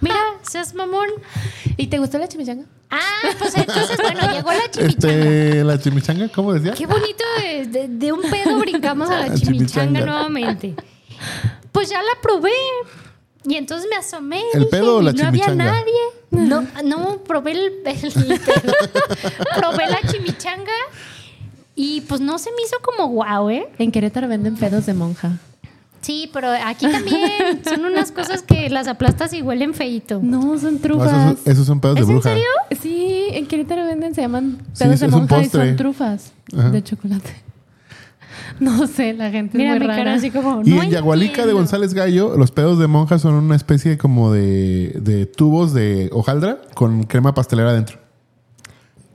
Speaker 1: Mira, seas mamón.
Speaker 3: ¿Y te gustó la chimichanga?
Speaker 1: Ah, pues entonces, bueno, llegó la chimichanga.
Speaker 2: Este, la chimichanga, ¿cómo decía?
Speaker 1: Qué bonito, de, de- de un pedo brincamos a la
Speaker 2: La
Speaker 1: chimichanga
Speaker 2: chimichanga.
Speaker 1: nuevamente. Pues ya la probé. Y entonces me asomé.
Speaker 2: ¿El
Speaker 1: dije,
Speaker 2: pedo o
Speaker 1: y
Speaker 2: la
Speaker 1: No había
Speaker 2: chimichanga?
Speaker 1: nadie. No, no probé el, el pedo. probé la chimichanga. Y pues no se me hizo como guau, ¿eh?
Speaker 7: En Querétaro venden pedos de monja.
Speaker 1: Sí, pero aquí también son unas cosas que las aplastas y huelen feito.
Speaker 7: No, son
Speaker 2: No, esos,
Speaker 7: trufas.
Speaker 2: esos son pedos de
Speaker 1: ¿Es en
Speaker 2: bruja.
Speaker 1: serio?
Speaker 7: Sí, en Querétaro venden, se llaman
Speaker 2: eh, Sí,
Speaker 7: pedos
Speaker 2: es-
Speaker 7: de
Speaker 2: es un
Speaker 7: monja y
Speaker 2: postre.
Speaker 7: son trufas
Speaker 2: Ajá.
Speaker 7: de chocolate. <laughs> No sé, la gente
Speaker 1: Mira
Speaker 7: es
Speaker 1: mi
Speaker 7: muy
Speaker 1: cara
Speaker 7: rara.
Speaker 1: así como.
Speaker 2: Y
Speaker 1: "No
Speaker 2: en Yagualica de
Speaker 1: entiendo".
Speaker 2: González Gallo, los pedos de monja son una especie como de, de tubos de hojaldra con crema pastelera adentro.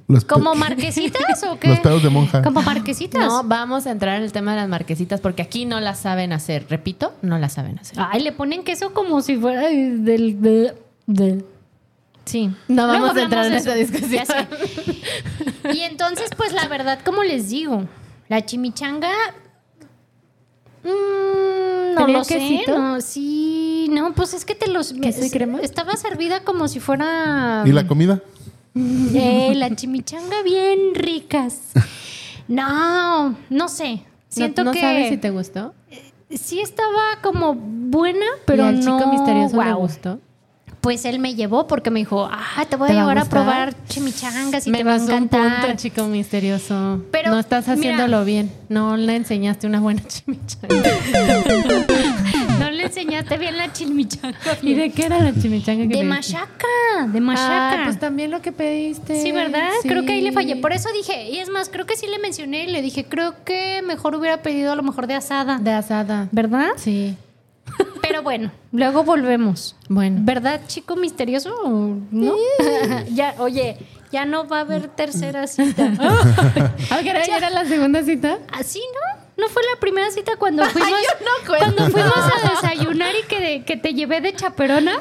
Speaker 2: Los pe-
Speaker 1: ¿Como marquesitas
Speaker 2: <laughs>
Speaker 1: o qué?
Speaker 2: Los pedos de monja.
Speaker 1: ¿Como marquesitas?
Speaker 3: No, vamos a entrar en el tema de las marquesitas porque aquí no las saben hacer. Repito, no las saben hacer.
Speaker 7: Ah,
Speaker 1: Ay, le ponen queso como si fuera del... de- de- Sí.
Speaker 7: No
Speaker 1: Luego
Speaker 7: vamos a entrar en
Speaker 1: hablamos
Speaker 7: esa
Speaker 1: de eso.
Speaker 7: discusión.
Speaker 1: Ya sé. Y entonces, pues la verdad, como les digo, la chimichanga... mm, no
Speaker 7: ¿Tenía
Speaker 1: lo sé.
Speaker 7: quesito?
Speaker 1: No, sí, no, pues es que te los...
Speaker 7: ¿Queso y crema?
Speaker 1: Estaba servida como si fuera...
Speaker 2: ¿Y la comida? <laughs>
Speaker 1: Eh, la chimichanga bien ricas. No, no sé. Siento
Speaker 7: no, no
Speaker 1: que...
Speaker 7: sabes si te gustó.
Speaker 1: Sí estaba como buena,
Speaker 7: Pero
Speaker 1: pero
Speaker 7: al chico
Speaker 1: no,
Speaker 7: misterioso le
Speaker 1: guau.
Speaker 7: gustó.
Speaker 1: pues él me llevó porque me dijo, ah, te voy a
Speaker 7: ¿Te va a
Speaker 1: llevar a,
Speaker 7: gustar?
Speaker 1: probar chimichangas y te va a
Speaker 7: Menos un
Speaker 1: encantar.
Speaker 7: punto, chico misterioso.
Speaker 1: Pero,
Speaker 7: no estás
Speaker 1: mira.
Speaker 7: haciéndolo bien. No le enseñaste una buena <laughs> chimichanga.
Speaker 1: no le enseñaste bien la chimichanga.
Speaker 7: <laughs> ¿Y de qué era la chimichanga que
Speaker 1: De
Speaker 7: le-
Speaker 1: machaca, de
Speaker 7: Ah,
Speaker 1: machaca.
Speaker 7: pues también lo que pediste.
Speaker 1: Sí, ¿verdad? Creo que ahí le
Speaker 7: Sí.
Speaker 1: fallé. Por eso dije, y es más, creo que sí le mencioné y le dije, creo que mejor hubiera pedido a lo mejor de asada.
Speaker 7: De asada.
Speaker 1: ¿Verdad?
Speaker 7: Sí.
Speaker 1: Pero bueno, luego volvemos.
Speaker 7: Bueno.
Speaker 1: ¿Verdad, chico misterioso? ¿No? <laughs> ya, oye, ya no va a haber tercera cita.
Speaker 7: Ah, caray,
Speaker 1: Ya.
Speaker 7: ¿era la segunda cita?
Speaker 1: ¿Así no? ¿No fue la primera cita cuando fuimos,
Speaker 3: Yo no cuento.
Speaker 1: cuando fuimos a desayunar y que, de- que te llevé de chaperona?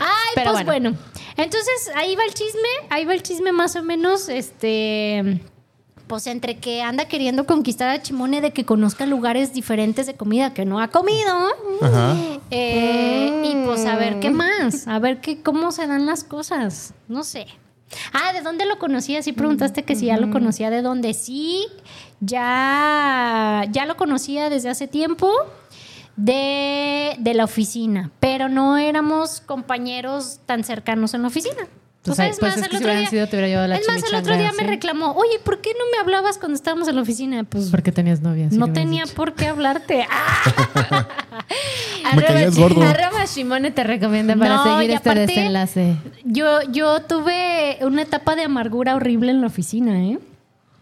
Speaker 1: Ay,
Speaker 7: Pero
Speaker 1: pues bueno. Entonces, ahí va el chisme, ahí va el chisme más o menos, este... Pues entre que anda queriendo conquistar a Chimone de que conozca lugares diferentes de comida que no ha comido.
Speaker 2: Ajá.
Speaker 1: Eh, Y pues a ver qué
Speaker 7: Mm.
Speaker 1: más, a ver qué, cómo se dan las cosas. No sé. Ah, ¿de dónde lo conocía? Sí preguntaste que si ya lo conocía de dónde. Sí, ya, ya lo conocía desde hace tiempo de, de la oficina, pero no éramos compañeros tan cercanos en la oficina.
Speaker 7: Pues,
Speaker 1: O sea,
Speaker 7: ahí-
Speaker 1: es
Speaker 7: pues,
Speaker 1: más,
Speaker 7: es
Speaker 1: el
Speaker 7: que si
Speaker 1: otro
Speaker 7: hubieran
Speaker 1: día-
Speaker 7: sido, te hubiera llevado la
Speaker 1: es más, el otro
Speaker 7: chimichanga,
Speaker 1: día
Speaker 7: ¿sí?
Speaker 1: me reclamó, oye, ¿por qué no me hablabas cuando estábamos en la oficina? Pues
Speaker 7: Porque tenías novia. así que
Speaker 1: no
Speaker 7: me has
Speaker 1: tenía
Speaker 7: dicho.
Speaker 1: por
Speaker 7: <laughs>
Speaker 1: qué hablarte. ¡Ah!
Speaker 2: Me caías gordo.
Speaker 7: Arroba Shimone te recomienda para
Speaker 1: No,
Speaker 7: seguir
Speaker 1: y
Speaker 7: este
Speaker 1: aparte-
Speaker 7: desenlace.
Speaker 1: Yo, yo tuve una etapa de amargura horrible en la oficina, ¿eh?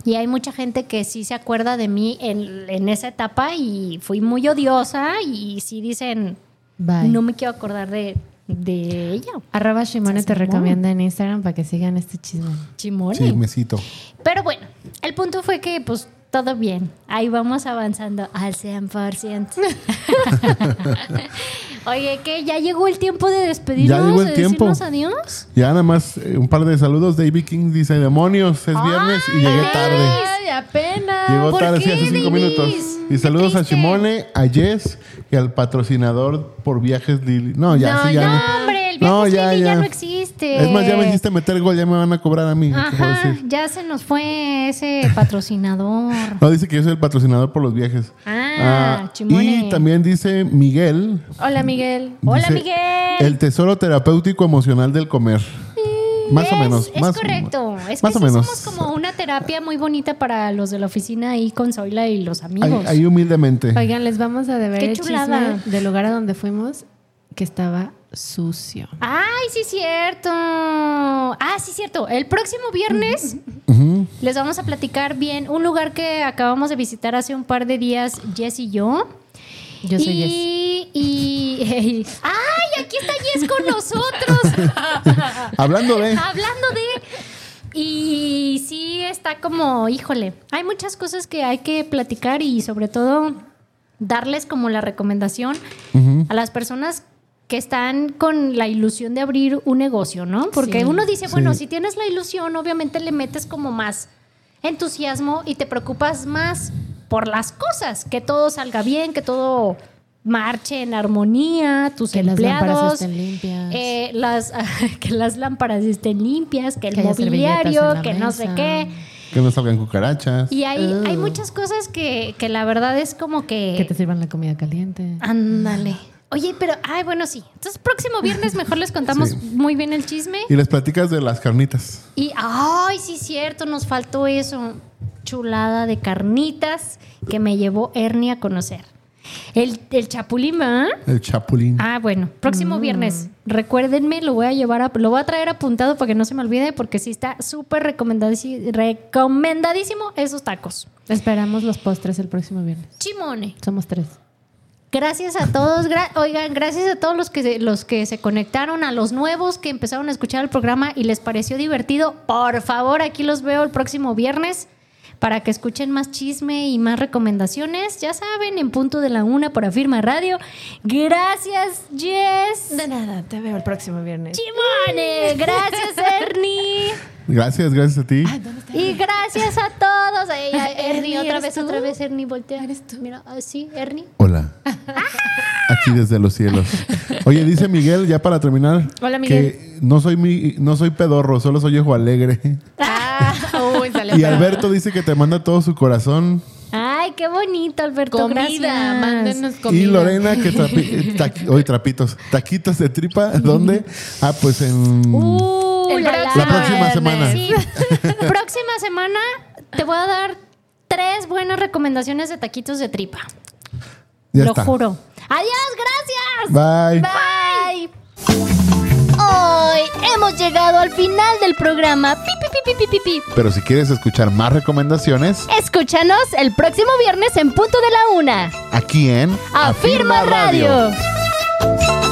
Speaker 1: Y hay mucha gente que sí se acuerda de mí en, en esa etapa y fui muy odiosa y sí dicen,
Speaker 7: Bye.
Speaker 1: no me quiero acordar de, de ella.
Speaker 7: Arroba Shimone te
Speaker 1: Sasmón.
Speaker 7: recomienda en Instagram para que sigan este chisme.
Speaker 1: Chimone.
Speaker 2: Chismecito.
Speaker 1: Pero bueno, el punto fue que pues todo bien. Ahí vamos avanzando al <laughs> 100%. Oye, que ya llegó el tiempo de despedirnos,
Speaker 2: Ya llegó el
Speaker 1: de
Speaker 2: tiempo.
Speaker 1: decirnos adiós.
Speaker 2: Ya nada más eh, un par de saludos. David King dice, demonios, es viernes y llegué tarde.
Speaker 7: apenas!
Speaker 2: Llegó
Speaker 1: ¿por
Speaker 2: tarde,
Speaker 1: qué,
Speaker 2: sí, hace cinco
Speaker 1: Davis?
Speaker 2: minutos.
Speaker 1: Qué
Speaker 2: Y saludos a
Speaker 1: triste.
Speaker 2: Chimone, a Jess y al patrocinador por viajes Lili. No, ya,
Speaker 7: No,
Speaker 2: sí, ya.
Speaker 7: ya.
Speaker 1: No, hombre, el viaje
Speaker 2: No,
Speaker 1: es
Speaker 2: ya,
Speaker 1: libre, ya
Speaker 2: ya.
Speaker 1: no existe.
Speaker 2: Es más, ya me hiciste meter gol, ya me van a cobrar a mí. ¿qué puedo
Speaker 1: Ajá,
Speaker 2: decir?
Speaker 1: ya se nos fue ese patrocinador.
Speaker 2: No, dice que yo soy el patrocinador por los viajes.
Speaker 1: Ah, Chimone.
Speaker 2: Y también dice Miguel.
Speaker 3: <laughs> Hola, Miguel.
Speaker 1: Hola,
Speaker 2: dice,
Speaker 1: Miguel.
Speaker 2: El tesoro terapéutico emocional del comer. Más o
Speaker 1: Es-
Speaker 2: menos.
Speaker 1: Es
Speaker 2: más-
Speaker 1: correcto. Es
Speaker 2: más
Speaker 1: que
Speaker 2: o
Speaker 1: sí
Speaker 2: menos.
Speaker 1: somos como una terapia muy bonita para los de la oficina ahí con Zoila y los
Speaker 2: Ahí-
Speaker 1: amigos.
Speaker 2: ahí humildemente.
Speaker 7: Oigan, les vamos a deber
Speaker 1: Qué
Speaker 7: el
Speaker 1: chulada.
Speaker 7: chisme del lugar a donde fuimos que estaba sucio.
Speaker 1: Ay, sí, cierto. Ah, sí, cierto. El próximo viernes les vamos a platicar bien un lugar que acabamos de visitar hace un par de días, Jess y yo.
Speaker 7: Yo soy Jess.
Speaker 1: y, y- ¡Ay! Aquí está Jess con
Speaker 7: <laughs>
Speaker 1: nosotros.
Speaker 2: Hablando de.
Speaker 1: Hablando de. Y sí, está como, híjole, hay muchas cosas que hay que platicar y sobre todo darles como la recomendación a las personas que están con la ilusión de abrir un negocio, ¿no? Porque
Speaker 7: Sí.
Speaker 1: uno dice, bueno,
Speaker 2: Sí.
Speaker 1: si tienes la ilusión, obviamente le metes como más entusiasmo y te preocupas más por las cosas, que todo salga bien, que todo marche en armonía, tus
Speaker 7: Que las lámparas
Speaker 1: empleados,
Speaker 7: estén limpias.
Speaker 1: eh, las, <laughs> que las lámparas estén limpias, que el
Speaker 7: Que haya servilletas en
Speaker 1: mobiliario,
Speaker 7: la
Speaker 1: que no sé
Speaker 7: mesa.
Speaker 1: qué.
Speaker 2: Que no salgan cucarachas.
Speaker 1: Y hay, hay muchas cosas que, que la verdad es como que...
Speaker 7: Que te sirvan la comida caliente.
Speaker 1: Ándale. Oye, pero, ay, bueno, sí. Entonces, próximo viernes mejor les contamos
Speaker 2: Sí.
Speaker 1: muy bien el chisme.
Speaker 2: Y les platicas de las carnitas.
Speaker 1: Y, ay, sí, cierto, nos faltó eso. Chulada de carnitas que me llevó Ernie a conocer. El, el chapulín, ¿verdad?
Speaker 2: El chapulín.
Speaker 1: Ah, bueno, próximo viernes. Recuérdenme, lo voy a llevar a, lo voy a traer apuntado para que no se me olvide, porque sí está súper recomendadísi- recomendadísimo esos tacos.
Speaker 7: Esperamos los postres el próximo viernes.
Speaker 1: Chimone.
Speaker 7: Somos tres.
Speaker 1: Gracias a todos, gra- oigan, gracias a todos los que se, los que se conectaron, a los nuevos que empezaron a escuchar el programa y les pareció divertido. Por favor, aquí los veo el próximo viernes para que escuchen más chisme y más recomendaciones. Ya saben, en punto de la una por Afirma Radio. Gracias, Jess.
Speaker 3: De nada, te veo el próximo viernes.
Speaker 1: Chimone, <laughs> gracias Ernie.
Speaker 2: Gracias, gracias a ti.
Speaker 1: Ah, Y gracias a todos. Ay, ay, Ernie,
Speaker 7: Ernie,
Speaker 1: otra
Speaker 7: ¿eres
Speaker 1: vez,
Speaker 7: tú?
Speaker 1: otra vez, Ernie, voltea. Mira, así, Ernie.
Speaker 2: Hola. Aquí desde los cielos. Oye, dice Miguel, ya para terminar.
Speaker 7: Hola, Miguel.
Speaker 2: Que no soy, mi, no soy pedorro, solo soy ojo alegre.
Speaker 7: Ah, uy, salió
Speaker 2: Y Alberto dice que te manda todo su corazón.
Speaker 1: Ay, Ay, qué bonito, Alberto.
Speaker 3: Comida,
Speaker 1: gracias.
Speaker 3: mándenos comida.
Speaker 2: Y Lorena, que trapi- taqui- hoy trapitos, taquitos
Speaker 1: <laughs>
Speaker 2: de tripa, ¿dónde? Ah, pues en...
Speaker 1: Uh,
Speaker 3: El
Speaker 1: la, la.
Speaker 2: La próxima semana.
Speaker 1: Sí. <laughs> próxima semana te voy a dar tres buenas recomendaciones de taquitos de tripa.
Speaker 2: ya
Speaker 1: Lo
Speaker 2: está.
Speaker 1: juro. Adiós, gracias.
Speaker 2: Bye.
Speaker 1: Bye. Hoy hemos llegado al final del programa. Pi, pi, pi, pi, pi, pi, pi.
Speaker 2: Pero si quieres escuchar más recomendaciones,
Speaker 1: Escúchanos el próximo viernes en punto de la una.
Speaker 2: aquí en
Speaker 1: Afirma Radio.